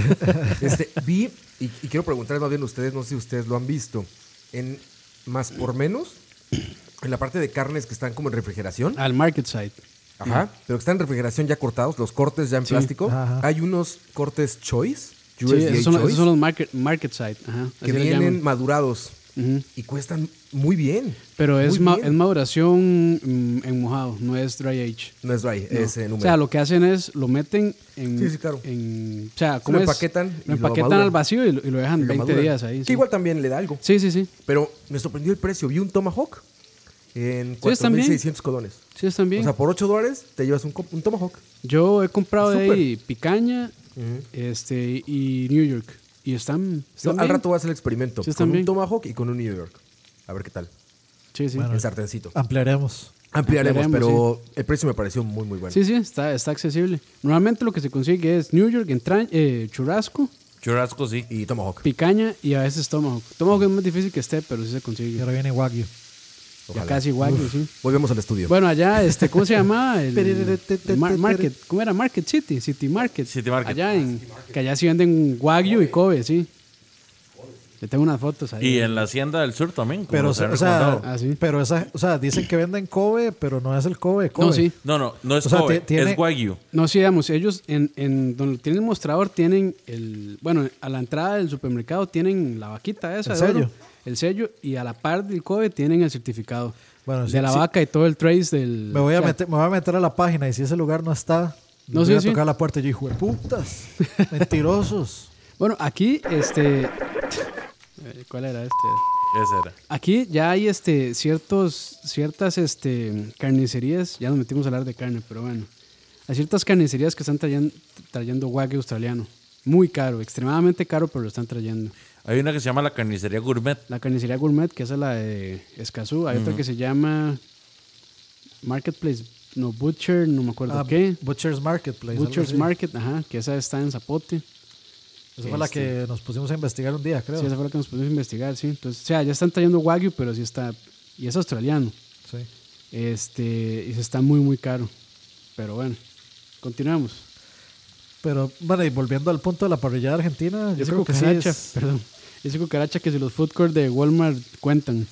Speaker 5: este, vi, y, y quiero preguntarles más bien a ustedes, no sé si ustedes lo han visto, en Más por Menos, en la parte de carnes que están como en refrigeración,
Speaker 3: Al Market Site.
Speaker 5: ajá, pero que están en refrigeración ya cortados, los cortes ya en plástico,
Speaker 4: ajá.
Speaker 5: hay unos cortes Choice,
Speaker 3: Sí,
Speaker 5: USDA
Speaker 3: esos son, esos
Speaker 5: Choice,
Speaker 3: son los Market, market Site. Ajá,
Speaker 5: que
Speaker 3: así le
Speaker 5: vienen
Speaker 3: llaman.
Speaker 5: madurados y cuestan muy bien.
Speaker 3: Pero es,
Speaker 5: muy
Speaker 3: ma-
Speaker 5: bien.
Speaker 3: es maduración mm, en mojado, no es dry age.
Speaker 5: No es dry, es eh,
Speaker 3: O
Speaker 5: número.
Speaker 3: sea, lo que hacen es lo meten en.
Speaker 5: Sí, sí, claro.
Speaker 3: en- o sea, ¿cómo
Speaker 5: lo
Speaker 3: es?
Speaker 5: empaquetan y lo
Speaker 3: Lo empaquetan
Speaker 5: maduran.
Speaker 3: al vacío y lo, y lo dejan
Speaker 5: Y lo
Speaker 3: 20
Speaker 5: maduran.
Speaker 3: días ahí.
Speaker 5: Que
Speaker 3: sí.
Speaker 5: igual también le da algo.
Speaker 3: Sí, sí, sí.
Speaker 5: Pero me sorprendió el precio. Vi un Tomahawk en
Speaker 3: están bien.
Speaker 5: 4.600 colones.
Speaker 3: Sí, están bien.
Speaker 5: O sea, por 8 dólares te llevas un, co- un Tomahawk.
Speaker 3: Yo he comprado de
Speaker 5: Súper.
Speaker 3: ahí picaña este, y New York. Y están.
Speaker 5: Yo
Speaker 3: están
Speaker 5: al
Speaker 3: bien.
Speaker 5: rato voy a hacer el experimento.
Speaker 3: Sí, están
Speaker 5: con
Speaker 3: bien.
Speaker 5: un Tomahawk y con un New York. A ver qué tal.
Speaker 3: Sí, sí.
Speaker 5: el sartencito.
Speaker 4: Ampliaremos.
Speaker 5: Ampliaremos,
Speaker 3: Ah, ampliaremos,
Speaker 5: pero el precio me pareció muy, muy bueno.
Speaker 3: Sí, sí, está, está accesible. Normalmente lo que se consigue es New York, entra- eh, churrasco,
Speaker 2: Churrasco, sí.
Speaker 5: Y Tomahawk.
Speaker 3: picaña y a veces tomahawk. Tomahawk es más difícil que esté, pero sí se
Speaker 4: Y
Speaker 3: consigue.
Speaker 4: ahora viene Wagyu.
Speaker 3: Ya
Speaker 5: Ojalá.
Speaker 3: casi igual, sí.
Speaker 5: Volvemos al estudio.
Speaker 3: Bueno, allá, este, ¿cómo se llamaba?
Speaker 4: (laughs)
Speaker 3: El, el mar- market, ¿Cómo era? Market City, City Market.
Speaker 2: City Market.
Speaker 3: Allá en, que allá sí venden Wagyu y Kobe, sí. Yo tengo unas fotos ahí.
Speaker 2: Y en la Hacienda del Sur también. como
Speaker 4: Pero,
Speaker 2: nos han
Speaker 4: o sea,
Speaker 2: recomendado.
Speaker 3: Ah, sí.
Speaker 4: pero esa, o sea, dicen que venden Kobe, pero no es el Kobe. Kobe.
Speaker 3: No, sí.
Speaker 2: no, no, no es
Speaker 4: o sea,
Speaker 2: Kobe,
Speaker 4: ti- tiene-
Speaker 2: es Wagyu.
Speaker 3: No, sí, digamos, ellos en, en donde tienen el mostrador tienen el, bueno, a la entrada del supermercado tienen la vaquita esa,
Speaker 4: El
Speaker 3: de oro,
Speaker 4: sello.
Speaker 3: el sello y a la par del COBE tienen el certificado
Speaker 4: Bueno,
Speaker 3: de
Speaker 4: sí,
Speaker 3: la
Speaker 4: sí.
Speaker 3: vaca y todo el trace del.
Speaker 4: Me voy, a
Speaker 3: o sea,
Speaker 4: meter, me voy a meter a la página y si ese lugar no está,
Speaker 3: No,
Speaker 4: no voy
Speaker 3: sí,
Speaker 4: a
Speaker 3: sí.
Speaker 4: tocar la puerta. Y yo, hijo de putas,
Speaker 3: (laughs)
Speaker 4: mentirosos.
Speaker 3: Bueno, aquí este, (laughs) ¿cuál era este?
Speaker 2: Ese era.
Speaker 3: Aquí ya hay este, ciertos, ciertas este, carnicerías, ya nos metimos a hablar de carne, pero bueno. Hay ciertas carnicerías que están trayan- trayendo wagyu australiano. Muy caro, extremadamente caro, pero lo están trayendo.
Speaker 2: Hay una que se llama la carnicería gourmet.
Speaker 3: La carnicería gourmet, que esa es la de Escazú. Hay otra que se llama Marketplace, no Butcher, no me acuerdo
Speaker 4: Ah,
Speaker 3: qué.
Speaker 4: Butcher's Marketplace. algo
Speaker 3: Butcher's
Speaker 4: así.
Speaker 3: Market, ajá, que esa está en Zapote.
Speaker 4: Esa fue la que nos pusimos a investigar un día, creo.
Speaker 3: Sí,
Speaker 4: Sí,
Speaker 3: esa fue la que nos pusimos a investigar, sí. Entonces, o sea, ya están trayendo wagyu, pero sí está... Y es australiano. Este, y se está muy, muy caro. Pero bueno, continuamos.
Speaker 4: Pero, bueno, y volviendo al punto de la parrillada argentina, yo
Speaker 3: Dice
Speaker 4: creo que sí.
Speaker 3: cucaracha,
Speaker 4: es- (laughs)
Speaker 3: perdón. Dice cucaracha que si los food court de Walmart cuentan.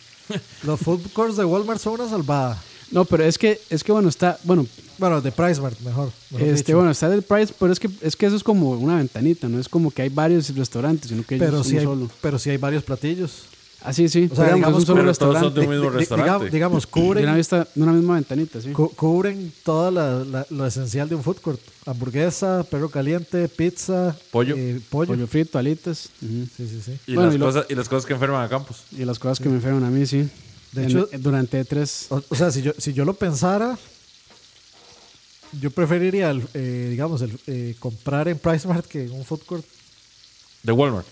Speaker 4: los food courts de Walmart son una salvada.
Speaker 3: No, pero es que, es que bueno, está, bueno,
Speaker 4: Bueno, de PriceMart, mejor. mejor
Speaker 3: este,
Speaker 4: dicho.
Speaker 3: bueno, está del Price, pero es que, es que eso es como una ventanita, no es como que hay varios restaurantes, sino que
Speaker 4: pero
Speaker 3: es
Speaker 4: sí,
Speaker 3: uno
Speaker 4: hay,
Speaker 3: solo.
Speaker 4: pero sí hay varios platillos.
Speaker 3: Ah, sí, sí.
Speaker 4: O sea,
Speaker 3: digamos,
Speaker 4: digamos,
Speaker 3: es un solo
Speaker 2: pero todos son
Speaker 3: restaurante.
Speaker 2: de un mismo
Speaker 4: Di- di-
Speaker 2: restaurante.
Speaker 4: digamos, digamos,
Speaker 3: De una,
Speaker 4: cubren,
Speaker 3: vista- de una misma ventanita, sí.
Speaker 4: cu- cubren toda la, la- lo esencial de un food court. Hamburguesa, perro caliente, pizza,
Speaker 2: Pollo.
Speaker 4: eh, pollo.
Speaker 3: Pollo frito, alitas. ujú.
Speaker 4: Sí, sí, sí.
Speaker 2: Y,
Speaker 3: Bueno,
Speaker 2: las
Speaker 3: y lo-
Speaker 2: cosas, y las cosas que enferman a Campos.
Speaker 3: Y las cosas que me fueron a mí, sí.
Speaker 4: De
Speaker 3: En-
Speaker 4: hecho-
Speaker 3: durante tres.
Speaker 4: O, o sea, si yo, si yo lo pensara, yo preferiría, el, eh, digamos, el, eh, comprar en PriceMart que en un food court.
Speaker 2: De Walmart.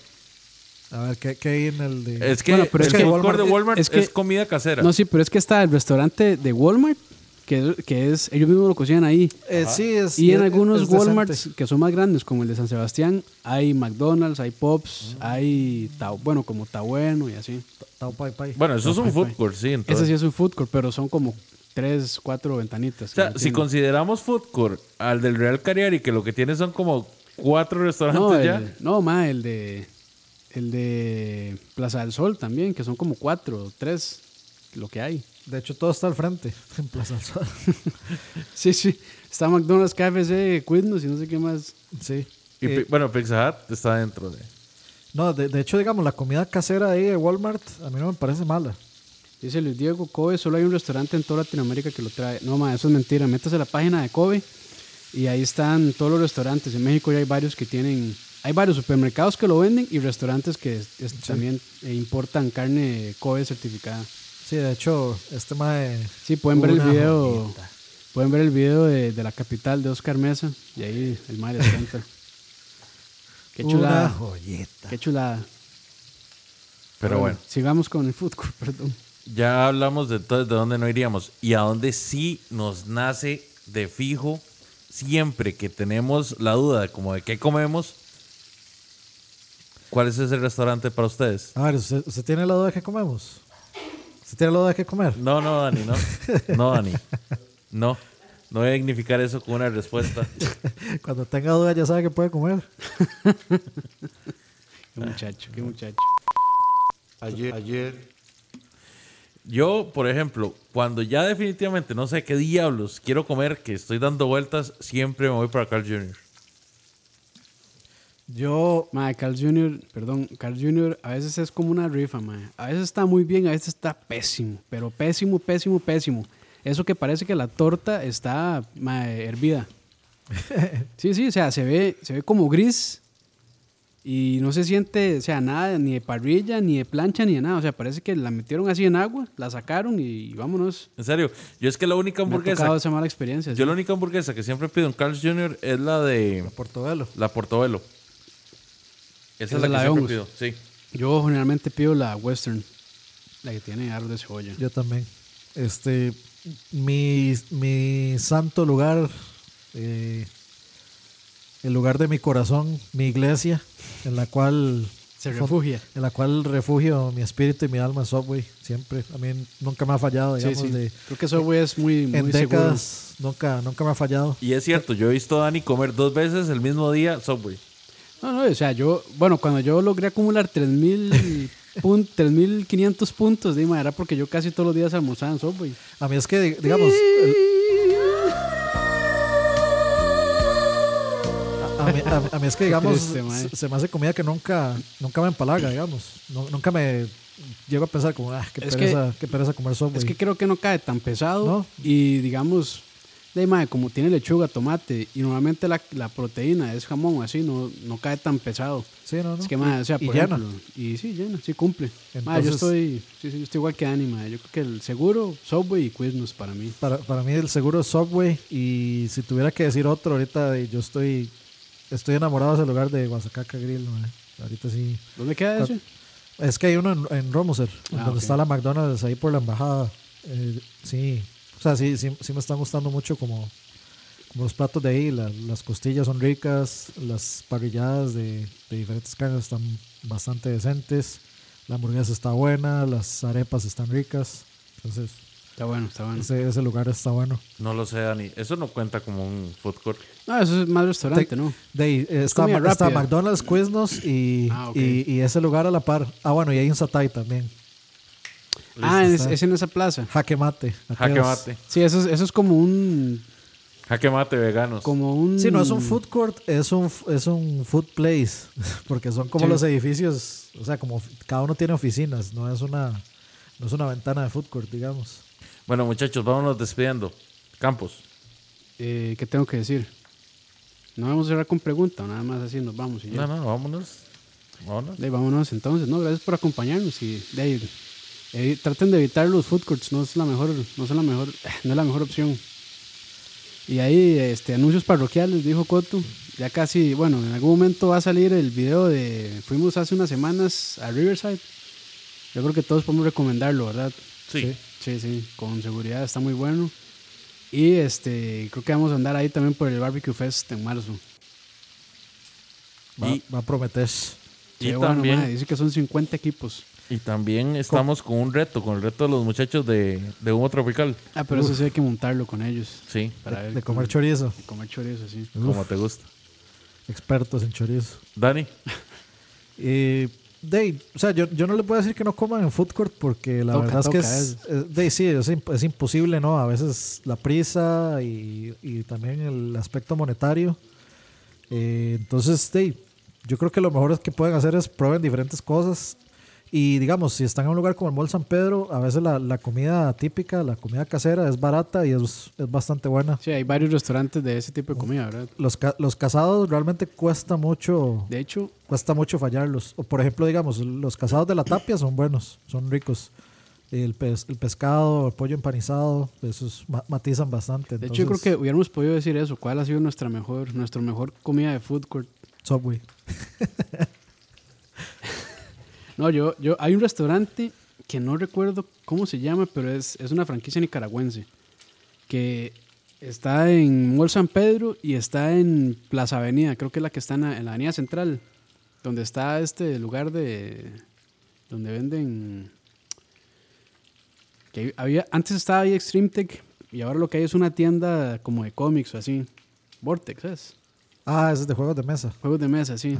Speaker 4: A ver, ¿qué, qué hay en el de...?
Speaker 2: Es que
Speaker 3: Bueno, pero
Speaker 2: el
Speaker 3: es que
Speaker 2: food
Speaker 4: Walmart-
Speaker 2: court de Walmart
Speaker 3: es
Speaker 2: es,
Speaker 3: que-
Speaker 2: comida casera.
Speaker 3: No, sí, pero es que está el restaurante de Walmart, que, que es, ellos mismos lo cocinan ahí.
Speaker 4: Eh, sí, es...
Speaker 3: Y en
Speaker 4: es-
Speaker 3: algunos
Speaker 4: es decente.
Speaker 3: Walmarts que son más grandes, como el de San Sebastián, hay McDonald's, hay Pops, hay, Tau- bueno, como Tabueno y así.
Speaker 4: Tau Pai Pai.
Speaker 2: bueno, eso es un food court, sí. Entonces.
Speaker 3: pues, Ese sí es un food court, pero son como tres, cuatro ventanitas.
Speaker 2: O
Speaker 3: que
Speaker 2: sea,
Speaker 3: no
Speaker 2: si
Speaker 3: tienen-
Speaker 2: consideramos food court al del Real Cariari, que lo que tiene son como cuatro restaurantes
Speaker 3: no,
Speaker 2: ya.
Speaker 3: el, no, ma, el de, el de Plaza del Sol también, que son como cuatro, tres, lo que hay. (laughs)
Speaker 4: De hecho, todo está al frente, (laughs) en Plaza del Sol.
Speaker 3: Sí, sí, está McDonald's, KFC, Quidnos y no sé qué más.
Speaker 4: sí.
Speaker 2: Y
Speaker 3: eh,
Speaker 2: pi- bueno, Pizza Hut está dentro de.
Speaker 4: No, de, de hecho, digamos, la comida casera ahí de Walmart a mí no me parece mala.
Speaker 3: Dice Luis Diego, Kobe, solo hay un restaurante en toda Latinoamérica que lo trae. No, ma, eso es mentira. Métase a la página de Kobe y ahí están todos los restaurantes. En México ya hay varios que tienen, hay varios supermercados que lo venden y restaurantes que es- es- también eh, importan carne Kobe certificada.
Speaker 4: Sí, de hecho, este mae...
Speaker 3: Sí, pueden ver el
Speaker 4: Una
Speaker 3: video.
Speaker 4: joyita.
Speaker 3: Pueden ver el video de, de la capital de Oscar Mesa y ahí el
Speaker 4: (laughs)
Speaker 3: ma les cuenta. Qué
Speaker 4: Una
Speaker 3: chulada.
Speaker 4: joyeta.
Speaker 3: Qué chulada.
Speaker 2: Pero bueno,
Speaker 3: Sigamos con el food court, (laughs) perdón.
Speaker 2: ya hablamos de entonces de dónde no iríamos y a dónde sí nos nace de fijo siempre que tenemos la duda de como de qué comemos. ¿Cuál es ese restaurante para ustedes?
Speaker 4: A ver, ¿usted, usted tiene la duda de qué comemos? ¿Usted tiene la duda de qué comer? (laughs)
Speaker 2: No, no, Dani, no. No, Dani. No. No voy a dignificar eso con una respuesta.
Speaker 4: Cuando tenga duda ya sabe que puede comer.
Speaker 3: Qué muchacho, qué muchacho.
Speaker 6: ayer, ayer,
Speaker 2: Yo, por ejemplo, cuando ya definitivamente no sé qué diablos quiero comer, que estoy dando vueltas, siempre me voy para Carl Jr.
Speaker 4: Yo,
Speaker 3: Mae, Carl Jr., perdón, Carl Jr. a veces es como una rifa, mae. A veces está muy bien, a veces está pésimo, pero pésimo, pésimo, pésimo. Eso que parece que la torta está mae, hervida. Sí, sí, o sea, se ve, se ve como gris y no se siente, o sea, nada, ni de parrilla, ni de plancha, ni de nada. O sea, parece que la metieron así en agua, la sacaron y vámonos.
Speaker 2: En serio, yo es que la única
Speaker 3: Me ha
Speaker 2: hamburguesa.
Speaker 3: tocado esa mala experiencia. sí.
Speaker 2: Yo la única hamburguesa que siempre pido en Carl Jr. es la de
Speaker 4: Portobelo.
Speaker 2: la Portobelo. Esa es la,
Speaker 3: es la
Speaker 2: que
Speaker 3: de
Speaker 2: siempre pido, sí.
Speaker 3: Yo generalmente pido la western, la que tiene aro de cebolla.
Speaker 4: Yo también. Este, mi, mi santo lugar, eh, el lugar de mi corazón, mi iglesia, en la cual
Speaker 3: Se refugia.
Speaker 4: en la cual refugio mi espíritu y mi alma en Subway siempre. A mí nunca me ha fallado,
Speaker 3: Sí,
Speaker 4: digamos,
Speaker 3: sí.
Speaker 4: de-
Speaker 3: Creo que Subway es muy, muy
Speaker 4: en
Speaker 3: seguro.
Speaker 4: décadas nunca nunca me ha fallado.
Speaker 2: Y es cierto, yo he visto a Dani comer dos veces el mismo día Subway.
Speaker 3: No, no, o sea, yo, bueno, cuando yo logré acumular 3.000 (laughs) pun- 3.500 puntos, dime, era porque yo casi todos los días almorzaba en Subway.
Speaker 4: A mí es que, di- digamos. el- A, a mí, a- a mí es que, digamos,
Speaker 3: triste, mae.
Speaker 4: se, se me hace comida que nunca, nunca me empalaga, digamos. No- nunca me llego a pensar como, ah, qué
Speaker 3: Es que-
Speaker 4: pereza, qué pereza comer Subway.
Speaker 3: Es que creo que no cae tan pesado
Speaker 4: No.
Speaker 3: y digamos, de mae, como tiene lechuga, tomate y normalmente la, la proteína es jamón o así, no, no cae tan pesado.
Speaker 4: Sí, no, no.
Speaker 3: Es que mae, o sea,
Speaker 4: Y
Speaker 3: por
Speaker 4: llena.
Speaker 3: ejemplo, y sí, llena, sí cumple. Mae,
Speaker 4: Entonces-
Speaker 3: yo estoy, sí, sí, yo estoy igual que Anima, yo creo que el seguro, Subway y Quiznos para mí.
Speaker 4: Para, para mí el seguro es Subway y si tuviera que decir otro ahorita de- yo estoy estoy enamorado de ese lugar de Guasacaca Grill, mae. ahorita Ah, sí.
Speaker 3: ¿Dónde queda
Speaker 4: Cua-
Speaker 3: ese?
Speaker 4: Es que hay uno en, en Romoser, en donde
Speaker 3: Ah, ok.
Speaker 4: está la McDonald's ahí por la embajada. Eh, sí, o sea, sí, sí, sí me están gustando mucho como, como los platos de ahí, la- las costillas son ricas, las parrilladas de, de diferentes carnes están bastante decentes, la hamburguesa está buena, las arepas están ricas, entonces
Speaker 3: Está bueno, está bueno.
Speaker 4: ese, ese lugar está bueno.
Speaker 2: No lo sé, Dani. Eso no cuenta como un food court.
Speaker 3: No, eso es más restaurante,
Speaker 4: Te-
Speaker 3: ¿no?
Speaker 4: De ahí, eh, está,
Speaker 3: comida
Speaker 4: Ma- está
Speaker 3: rápida.
Speaker 4: McDonald's, Quiznos y,
Speaker 3: Ah, ok.
Speaker 4: y- y ese lugar a la par. Ah, bueno, y hay un Satay también.
Speaker 3: Ah, es,
Speaker 4: está.
Speaker 3: es en esa plaza.
Speaker 4: Jaque mate.
Speaker 2: Jaque
Speaker 4: aquellos-
Speaker 2: mate.
Speaker 3: Sí, eso es, eso es como un,
Speaker 2: Jaque mate, veganos.
Speaker 3: como un.
Speaker 4: Sí, no
Speaker 2: Mm.
Speaker 4: es un food court, es un, f- es un food place, (laughs) porque son como
Speaker 3: Sí.
Speaker 4: los edificios, o sea, como f- cada uno tiene oficinas, no es una, no es una ventana de food court, digamos.
Speaker 2: Bueno, muchachos, vámonos despidiendo. Campos.
Speaker 3: Eh, ¿Qué tengo que decir? No vamos a cerrar con pregunta, nada más así nos vamos. Y ya.
Speaker 2: No, no, vámonos. Vámonos.
Speaker 3: De ahí, vámonos entonces, ¿no? Gracias por acompañarnos y de ahí, eh, traten de evitar los food courts, no es la mejor, no es la mejor, (laughs) no es la mejor opción. Y ahí, este, anuncios parroquiales, dijo Coto. Ya casi, bueno, en algún momento va a salir el video de, fuimos hace unas semanas a Riverside. Yo creo que todos podemos recomendarlo, ¿verdad?
Speaker 2: Sí.
Speaker 3: Sí, sí, con seguridad está muy bueno. Y este, creo que vamos a andar ahí también por el Barbecue Fest en marzo.
Speaker 4: Va,
Speaker 2: Y-
Speaker 4: va a prometer.
Speaker 2: Y
Speaker 3: Qué bueno,
Speaker 2: también,
Speaker 3: mae, dice que son 50 equipos.
Speaker 2: y también estamos con un reto, con el reto de los muchachos de, de Humo Tropical.
Speaker 3: Ah, pero eso sí hay que montarlo con ellos.
Speaker 2: Sí,
Speaker 3: Para ver
Speaker 4: De
Speaker 3: cómo-
Speaker 4: comer chorizo,
Speaker 3: comer chorizo, sí.
Speaker 2: como te gusta.
Speaker 4: expertos en chorizo.
Speaker 2: Dani,
Speaker 4: Y, Eh, de, o sea, yo, yo no le puedo decir que no coman en food court porque la
Speaker 3: Toca,
Speaker 4: verdad es
Speaker 3: toca,
Speaker 4: que es, es- de, sí, es, imp- es imposible, ¿no? A veces la prisa y, y también el aspecto monetario. Eh, entonces, de, yo creo que lo mejor que pueden hacer es prueben diferentes cosas. Y digamos, si están en un lugar como el Mall San Pedro, a veces la, la comida típica, la comida casera es barata y es, es bastante buena.
Speaker 3: Sí, hay varios restaurantes de ese tipo de comida, ¿verdad?
Speaker 4: Los, ca- los casados realmente cuesta mucho
Speaker 3: De hecho,
Speaker 4: cuesta mucho fallarlos. O por ejemplo, digamos, los cazados de la tapia son buenos, son ricos. El, pes- el pescado, el pollo empanizado, esos ma- matizan bastante.
Speaker 3: de hecho yo creo
Speaker 4: Entonces,
Speaker 3: que hubiéramos podido decir eso. ¿Cuál ha sido nuestra mejor, nuestra mejor comida de food court?
Speaker 4: Subway.
Speaker 3: No, yo, yo, hay un restaurante que no recuerdo cómo se llama, pero es, es una franquicia nicaragüense. Que está en Mall San Pedro y está en Plaza Avenida, creo que es la que está en la, en la Avenida Central, donde está este lugar de. donde venden. Que había, antes estaba ahí Extreme Tech y ahora lo que hay es una tienda como de cómics o así. Vortex, ¿sabes?
Speaker 4: Ah, ese es de juegos de mesa.
Speaker 3: Juegos de mesa, sí.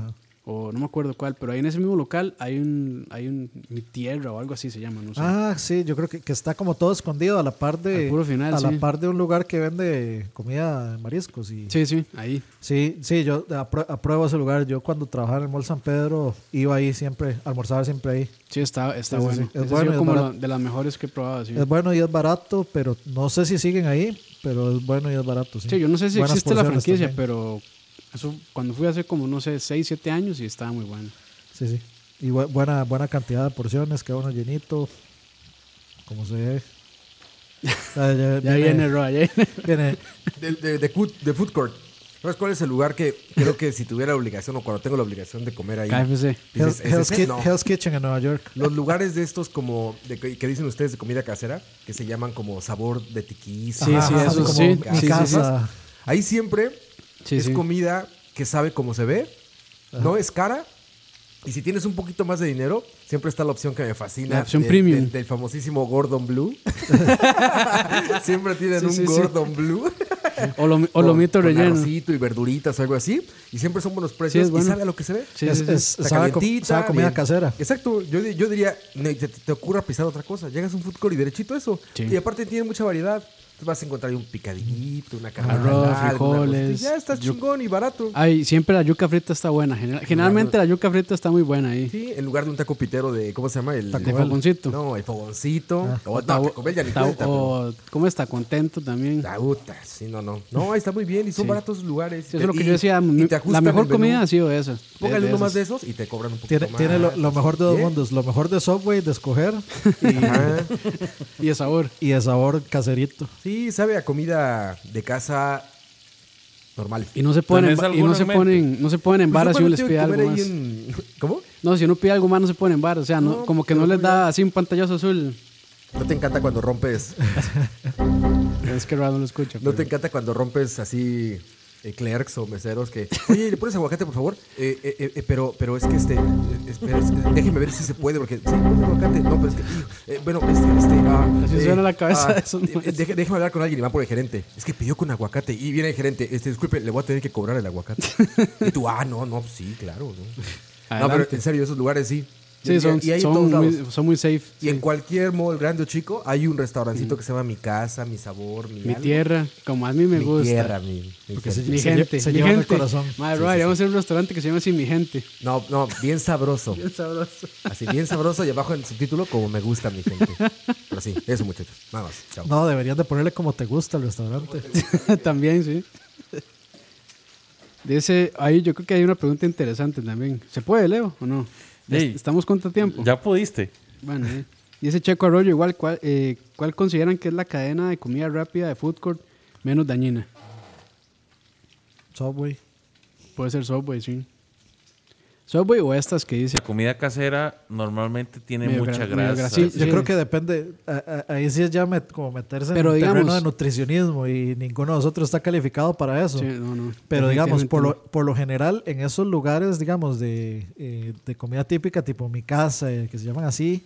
Speaker 3: O no me acuerdo cuál, pero ahí en ese mismo local hay un, hay un Mi Tierra o algo así se llama, no sé.
Speaker 4: Ah, sí, yo creo que, que está como todo escondido a la par de
Speaker 3: Al puro final,
Speaker 4: a la
Speaker 3: sí.
Speaker 4: par de un lugar que vende comida de mariscos y
Speaker 3: Sí, sí, ahí.
Speaker 4: sí, sí, yo apro- apruebo ese lugar. Yo cuando trabajaba en el Mall San Pedro iba ahí siempre, almorzaba siempre ahí.
Speaker 3: Sí, está, está
Speaker 4: Sí, sí,
Speaker 3: bueno.
Speaker 4: sí. Es
Speaker 3: Ese ha sido
Speaker 4: bueno, es
Speaker 3: como
Speaker 4: barato.
Speaker 3: la- de las mejores que he probado, sí.
Speaker 4: Es bueno y es barato, pero no sé si siguen ahí, pero es bueno y es barato. Sí,
Speaker 3: Sí, yo no sé si
Speaker 4: Buenas
Speaker 3: existe la
Speaker 4: porciones
Speaker 3: franquicia,
Speaker 4: también.
Speaker 3: pero eso cuando fui hace como, no sé, 6, 7 años y estaba muy bueno.
Speaker 4: Sí, sí. Y bu- buena, buena cantidad de porciones, cada uno llenito. Como
Speaker 3: (laughs)
Speaker 4: se ve. Ah, ya,
Speaker 3: Ya viene Roa,
Speaker 4: (laughs)
Speaker 3: ya viene. (laughs)
Speaker 4: viene-
Speaker 5: De, de, de food, de food court. ¿Sabes cuál es el lugar que creo que si tuviera la obligación o cuando tengo la obligación de comer ahí?
Speaker 3: KFC.
Speaker 4: Hell's,
Speaker 5: dices, "Ese
Speaker 4: Hell's
Speaker 5: es-
Speaker 4: Kit-
Speaker 5: no".
Speaker 4: Hell's Kitchen en Nueva York.
Speaker 5: Los lugares de estos como de que, que dicen ustedes de comida casera, que se llaman como sabor de tiquís.
Speaker 3: Sí, sí,
Speaker 5: ajá, como
Speaker 3: esos sí,
Speaker 5: casas.
Speaker 3: sí, sí, sí.
Speaker 5: Ahí siempre
Speaker 3: Sí,
Speaker 5: es
Speaker 3: sí.
Speaker 5: comida que sabe cómo se ve, no es cara. Y si tienes un poquito más de dinero, siempre está la opción que me fascina.
Speaker 3: La opción
Speaker 5: del-
Speaker 3: premium.
Speaker 5: del-
Speaker 3: (laughs)
Speaker 5: del famosísimo Gordon Blue. siempre tienen
Speaker 3: Sí,
Speaker 5: un
Speaker 3: sí, sí.
Speaker 5: Gordon Blue.
Speaker 3: O lo- o
Speaker 5: con-
Speaker 3: lomito
Speaker 5: con
Speaker 3: relleno.
Speaker 5: arrocito y verduritas, algo así. Y siempre son buenos precios.
Speaker 3: Sí, es bueno.
Speaker 5: ¿Y sabe a lo que se ve?
Speaker 3: Sí,
Speaker 4: Es-
Speaker 3: sí, sí.
Speaker 4: es-
Speaker 5: Está
Speaker 4: sabe a co-
Speaker 5: Pues, calientita,
Speaker 4: sabe a comida
Speaker 5: bien.
Speaker 4: casera.
Speaker 5: Exacto. Yo, di- yo diría, ne- te, te ocurra pisar otra cosa. Llegas a un food court y derechito eso.
Speaker 3: Sí.
Speaker 5: Y aparte tiene mucha variedad. Entonces vas a encontrar ahí un picadillito, una carne
Speaker 3: Arroz, frijoles. Ah.
Speaker 5: Ya está chingón y barato.
Speaker 3: Ay, siempre la yuca frita está buena. General- generalmente la yuca frita está muy buena ahí.
Speaker 5: Sí, en lugar de un taco pitero de, ¿cómo se llama? El
Speaker 3: De fogoncito.
Speaker 5: No, el fogoncito. o no,
Speaker 3: Tabo-
Speaker 5: Taco Bell ya ni
Speaker 3: ta-
Speaker 5: cuenta, pero-
Speaker 3: o, ¿Cómo está? Contento también.
Speaker 4: Ah,
Speaker 5: La puta, sí, no, no. No, ahí está muy bien y son baratos lugares.
Speaker 3: Sí, eso es lo que
Speaker 5: Y-
Speaker 3: yo decía.
Speaker 5: y
Speaker 3: mi-
Speaker 5: te
Speaker 3: La
Speaker 5: ajustan
Speaker 3: mejor
Speaker 5: el menú.
Speaker 3: comida ha sido esa.
Speaker 5: Póngale uno más
Speaker 3: esas.
Speaker 5: de esos y te cobran un poquito
Speaker 4: Tiene,
Speaker 5: más.
Speaker 4: tiene lo, lo mejor de dos
Speaker 5: Bien.
Speaker 4: mundos, lo mejor de Subway
Speaker 3: (laughs)
Speaker 4: de
Speaker 5: (laughs)
Speaker 4: escoger
Speaker 5: Ajá.
Speaker 3: Y de sabor.
Speaker 4: y de sabor caserito.
Speaker 5: Sí, sabe a comida de casa normal.
Speaker 3: Y no se ponen,
Speaker 2: ¿Tenés
Speaker 3: en ba- y
Speaker 2: alguna
Speaker 3: no se
Speaker 2: en mente?
Speaker 3: ponen, no se ponen en varas
Speaker 5: Pues,
Speaker 3: si uno
Speaker 5: bueno,
Speaker 3: les
Speaker 5: tiene
Speaker 3: pide
Speaker 5: que
Speaker 3: algo
Speaker 5: ver ahí
Speaker 3: más.
Speaker 5: en- ¿Cómo?
Speaker 3: No, si uno pide algo más no se ponen en varas. O sea, no,
Speaker 5: No, pues
Speaker 3: como que no les da así un pantallazo azul.
Speaker 5: ¿No te encanta cuando rompes?
Speaker 3: Es que raro no lo escucha.
Speaker 5: ¿No
Speaker 3: pero-
Speaker 5: te encanta cuando rompes así eh, clerks o meseros que... Oye, ¿le pones aguacate, por favor? Eh, eh, eh, eh, pero, pero es que este... eh, espera, es- eh, déjeme ver si se puede, porque... Sí, ponle aguacate. No, pero es que... eh, bueno, este... este ah,
Speaker 3: Así
Speaker 5: eh,
Speaker 3: suena la cabeza de esos
Speaker 5: eh, eh,
Speaker 3: maestros.
Speaker 5: deje- déjeme hablar con alguien y va por el gerente. Es que pidió con aguacate. Y viene el gerente. Este, disculpe, le voy a tener que cobrar el aguacate. y tú, ah, no, no, sí, claro. No, no pero
Speaker 3: Adelante.
Speaker 5: en serio, esos lugares sí.
Speaker 3: Sí, son,
Speaker 5: y hay en
Speaker 3: son
Speaker 5: todos lados.
Speaker 3: muy, son muy safe.
Speaker 5: Y en cualquier mall, grande o chico, hay un restaurancito que se llama Mi Casa, Mi Sabor, Mi,
Speaker 3: Mi
Speaker 5: algo.
Speaker 3: tierra, como a mí me
Speaker 5: Mi
Speaker 3: gusta.
Speaker 5: tierra, mi, mi
Speaker 4: Porque
Speaker 5: gente.
Speaker 3: Mi
Speaker 4: Se lle-
Speaker 3: gente,
Speaker 4: se
Speaker 3: mi
Speaker 4: llevan el
Speaker 3: gente.
Speaker 4: corazón.
Speaker 3: Madre, vamos a hacer un restaurante que se llama así Mi Gente. (laughs)
Speaker 5: No, no, bien sabroso. Así, bien sabroso y abajo en el subtítulo, como me gusta mi gente. Pero sí, eso muchachos. Nada más. Chao.
Speaker 4: No, deberían de ponerle como te gusta al restaurante.
Speaker 3: también, sí. Dice, ahí yo creo que hay una pregunta interesante también. ¿Se puede, Leo, o no? Ya
Speaker 2: Sí.
Speaker 3: est- ¿Estamos contra tiempo?
Speaker 2: Ya pudiste.
Speaker 3: Bueno, eh. dice Checo Arroyo, igual, ¿cuál, eh, ¿cuál consideran que es la cadena de comida rápida de food court menos dañina?
Speaker 4: Subway.
Speaker 3: Puede ser Subway, sí. Subway o estas que dice.
Speaker 2: La comida casera normalmente tiene
Speaker 3: Medio
Speaker 2: mucha
Speaker 3: gra- medio
Speaker 2: grasa.
Speaker 3: grasilla.
Speaker 2: sí.
Speaker 4: Yo
Speaker 3: Sí.
Speaker 4: creo que depende, a- a- ahí sí es ya met- como meterse
Speaker 3: Pero
Speaker 4: en el terreno
Speaker 3: digamos-
Speaker 4: de nutricionismo y ninguno de nosotros está calificado para eso.
Speaker 3: Sí, no, no,
Speaker 4: Pero digamos, por lo,
Speaker 3: definitivamente
Speaker 4: por lo general, en esos lugares, digamos, de, eh, de comida típica, tipo mi casa, eh, que se llaman así,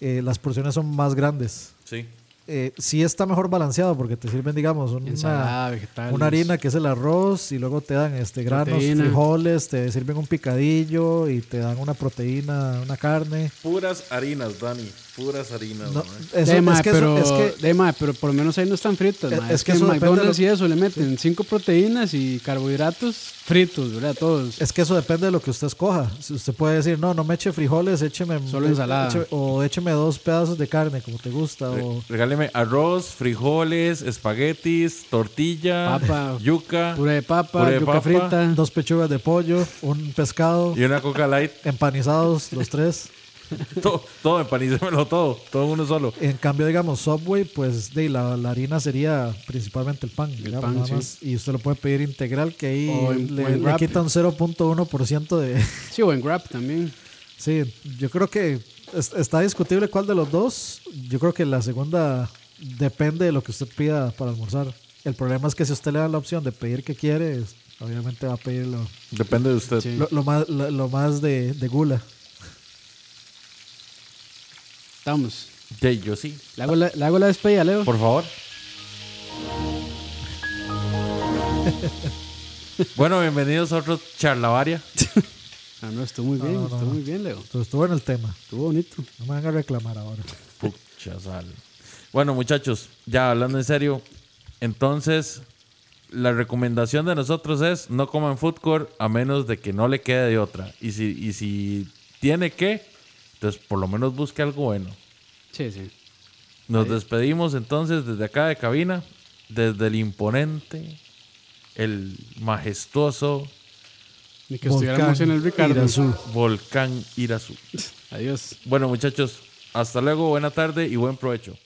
Speaker 4: eh, las porciones son más grandes.
Speaker 2: Sí.
Speaker 4: Eh, sí está mejor balanceado porque te sirven, digamos, una,
Speaker 3: Ensalada, vegetales.
Speaker 4: una harina que es el arroz y luego te dan este, granos,
Speaker 3: Proteína.
Speaker 4: frijoles, te sirven un picadillo y te dan una proteína, una carne.
Speaker 2: Puras harinas, Dani. Puras harinas.
Speaker 4: No,
Speaker 3: no.
Speaker 4: eso-
Speaker 3: De, mae,
Speaker 4: es que eso-
Speaker 3: pero,
Speaker 4: es que
Speaker 3: de, mae, pero por lo menos ahí no están fritas.
Speaker 4: Es-
Speaker 3: mae.
Speaker 4: es
Speaker 3: Es,
Speaker 4: que
Speaker 3: que,
Speaker 4: eso
Speaker 3: en
Speaker 4: depende de
Speaker 3: McDonald's
Speaker 4: lo-
Speaker 3: y eso le meten cinco proteínas y carbohidratos fritos, ¿verdad? Todos.
Speaker 4: Es que eso depende de lo que usted escoja. Si usted puede decir, no, no me eche frijoles, écheme.
Speaker 3: Solo ensalada.
Speaker 4: écheme- o écheme dos pedazos de carne, como te gusta. O,
Speaker 2: Regáleme arroz, frijoles, espaguetis, tortilla,
Speaker 3: Papa,
Speaker 2: yuca,
Speaker 3: Puré de papa,
Speaker 2: puré de
Speaker 3: yuca
Speaker 2: papa
Speaker 3: frita.
Speaker 4: dos pechugas de pollo, un pescado,
Speaker 2: y una coca light. (laughs)
Speaker 4: empanizados, los tres.
Speaker 2: todo, todo empanízamelo todo. Todo en uno solo.
Speaker 4: En cambio, digamos, Subway, pues de la, la harina sería principalmente el pan. digamos,
Speaker 3: pan,
Speaker 4: nada
Speaker 3: sí.
Speaker 4: más. Y usted lo puede pedir integral, que ahí
Speaker 3: O en- o
Speaker 4: le,
Speaker 3: en
Speaker 4: le
Speaker 3: wrap.
Speaker 4: quita un 0.1% de...
Speaker 3: Sí, o en Grab también.
Speaker 4: Sí, yo creo que es- está discutible cuál de los dos. Yo creo que la segunda depende de lo que usted pida para almorzar. El problema es que si usted le da la opción de pedir que quiere, es- obviamente va a pedir lo,
Speaker 2: Depende de usted.
Speaker 3: Sí.
Speaker 4: lo, lo más, lo, lo más de, de gula.
Speaker 3: Estamos.
Speaker 2: Sí, yo sí.
Speaker 3: Le hago la, le hago la despedida, Leo.
Speaker 2: Por favor. (laughs) bueno, bienvenidos a otro charlavaria.
Speaker 3: Ah, no, estuvo muy bien, estuvo muy bien, Leo.
Speaker 4: Entonces estuvo en el tema.
Speaker 3: Estuvo bonito.
Speaker 4: No me van a reclamar ahora.
Speaker 2: Pucha sal. Bueno, muchachos, ya hablando en serio, entonces la recomendación de nosotros es no coman food court a menos de que no le quede de otra. Y si, y si tiene que, entonces por lo menos busque algo bueno.
Speaker 3: Sí, sí.
Speaker 2: Nos despedimos entonces desde acá de cabina, desde el imponente, el majestuoso
Speaker 3: Ni que
Speaker 4: Volcán
Speaker 3: estuviéramos en el Ricardo.
Speaker 4: Irazú.
Speaker 2: volcán Irazú.
Speaker 3: Adiós.
Speaker 2: Bueno, muchachos, hasta luego, buena tarde y buen provecho.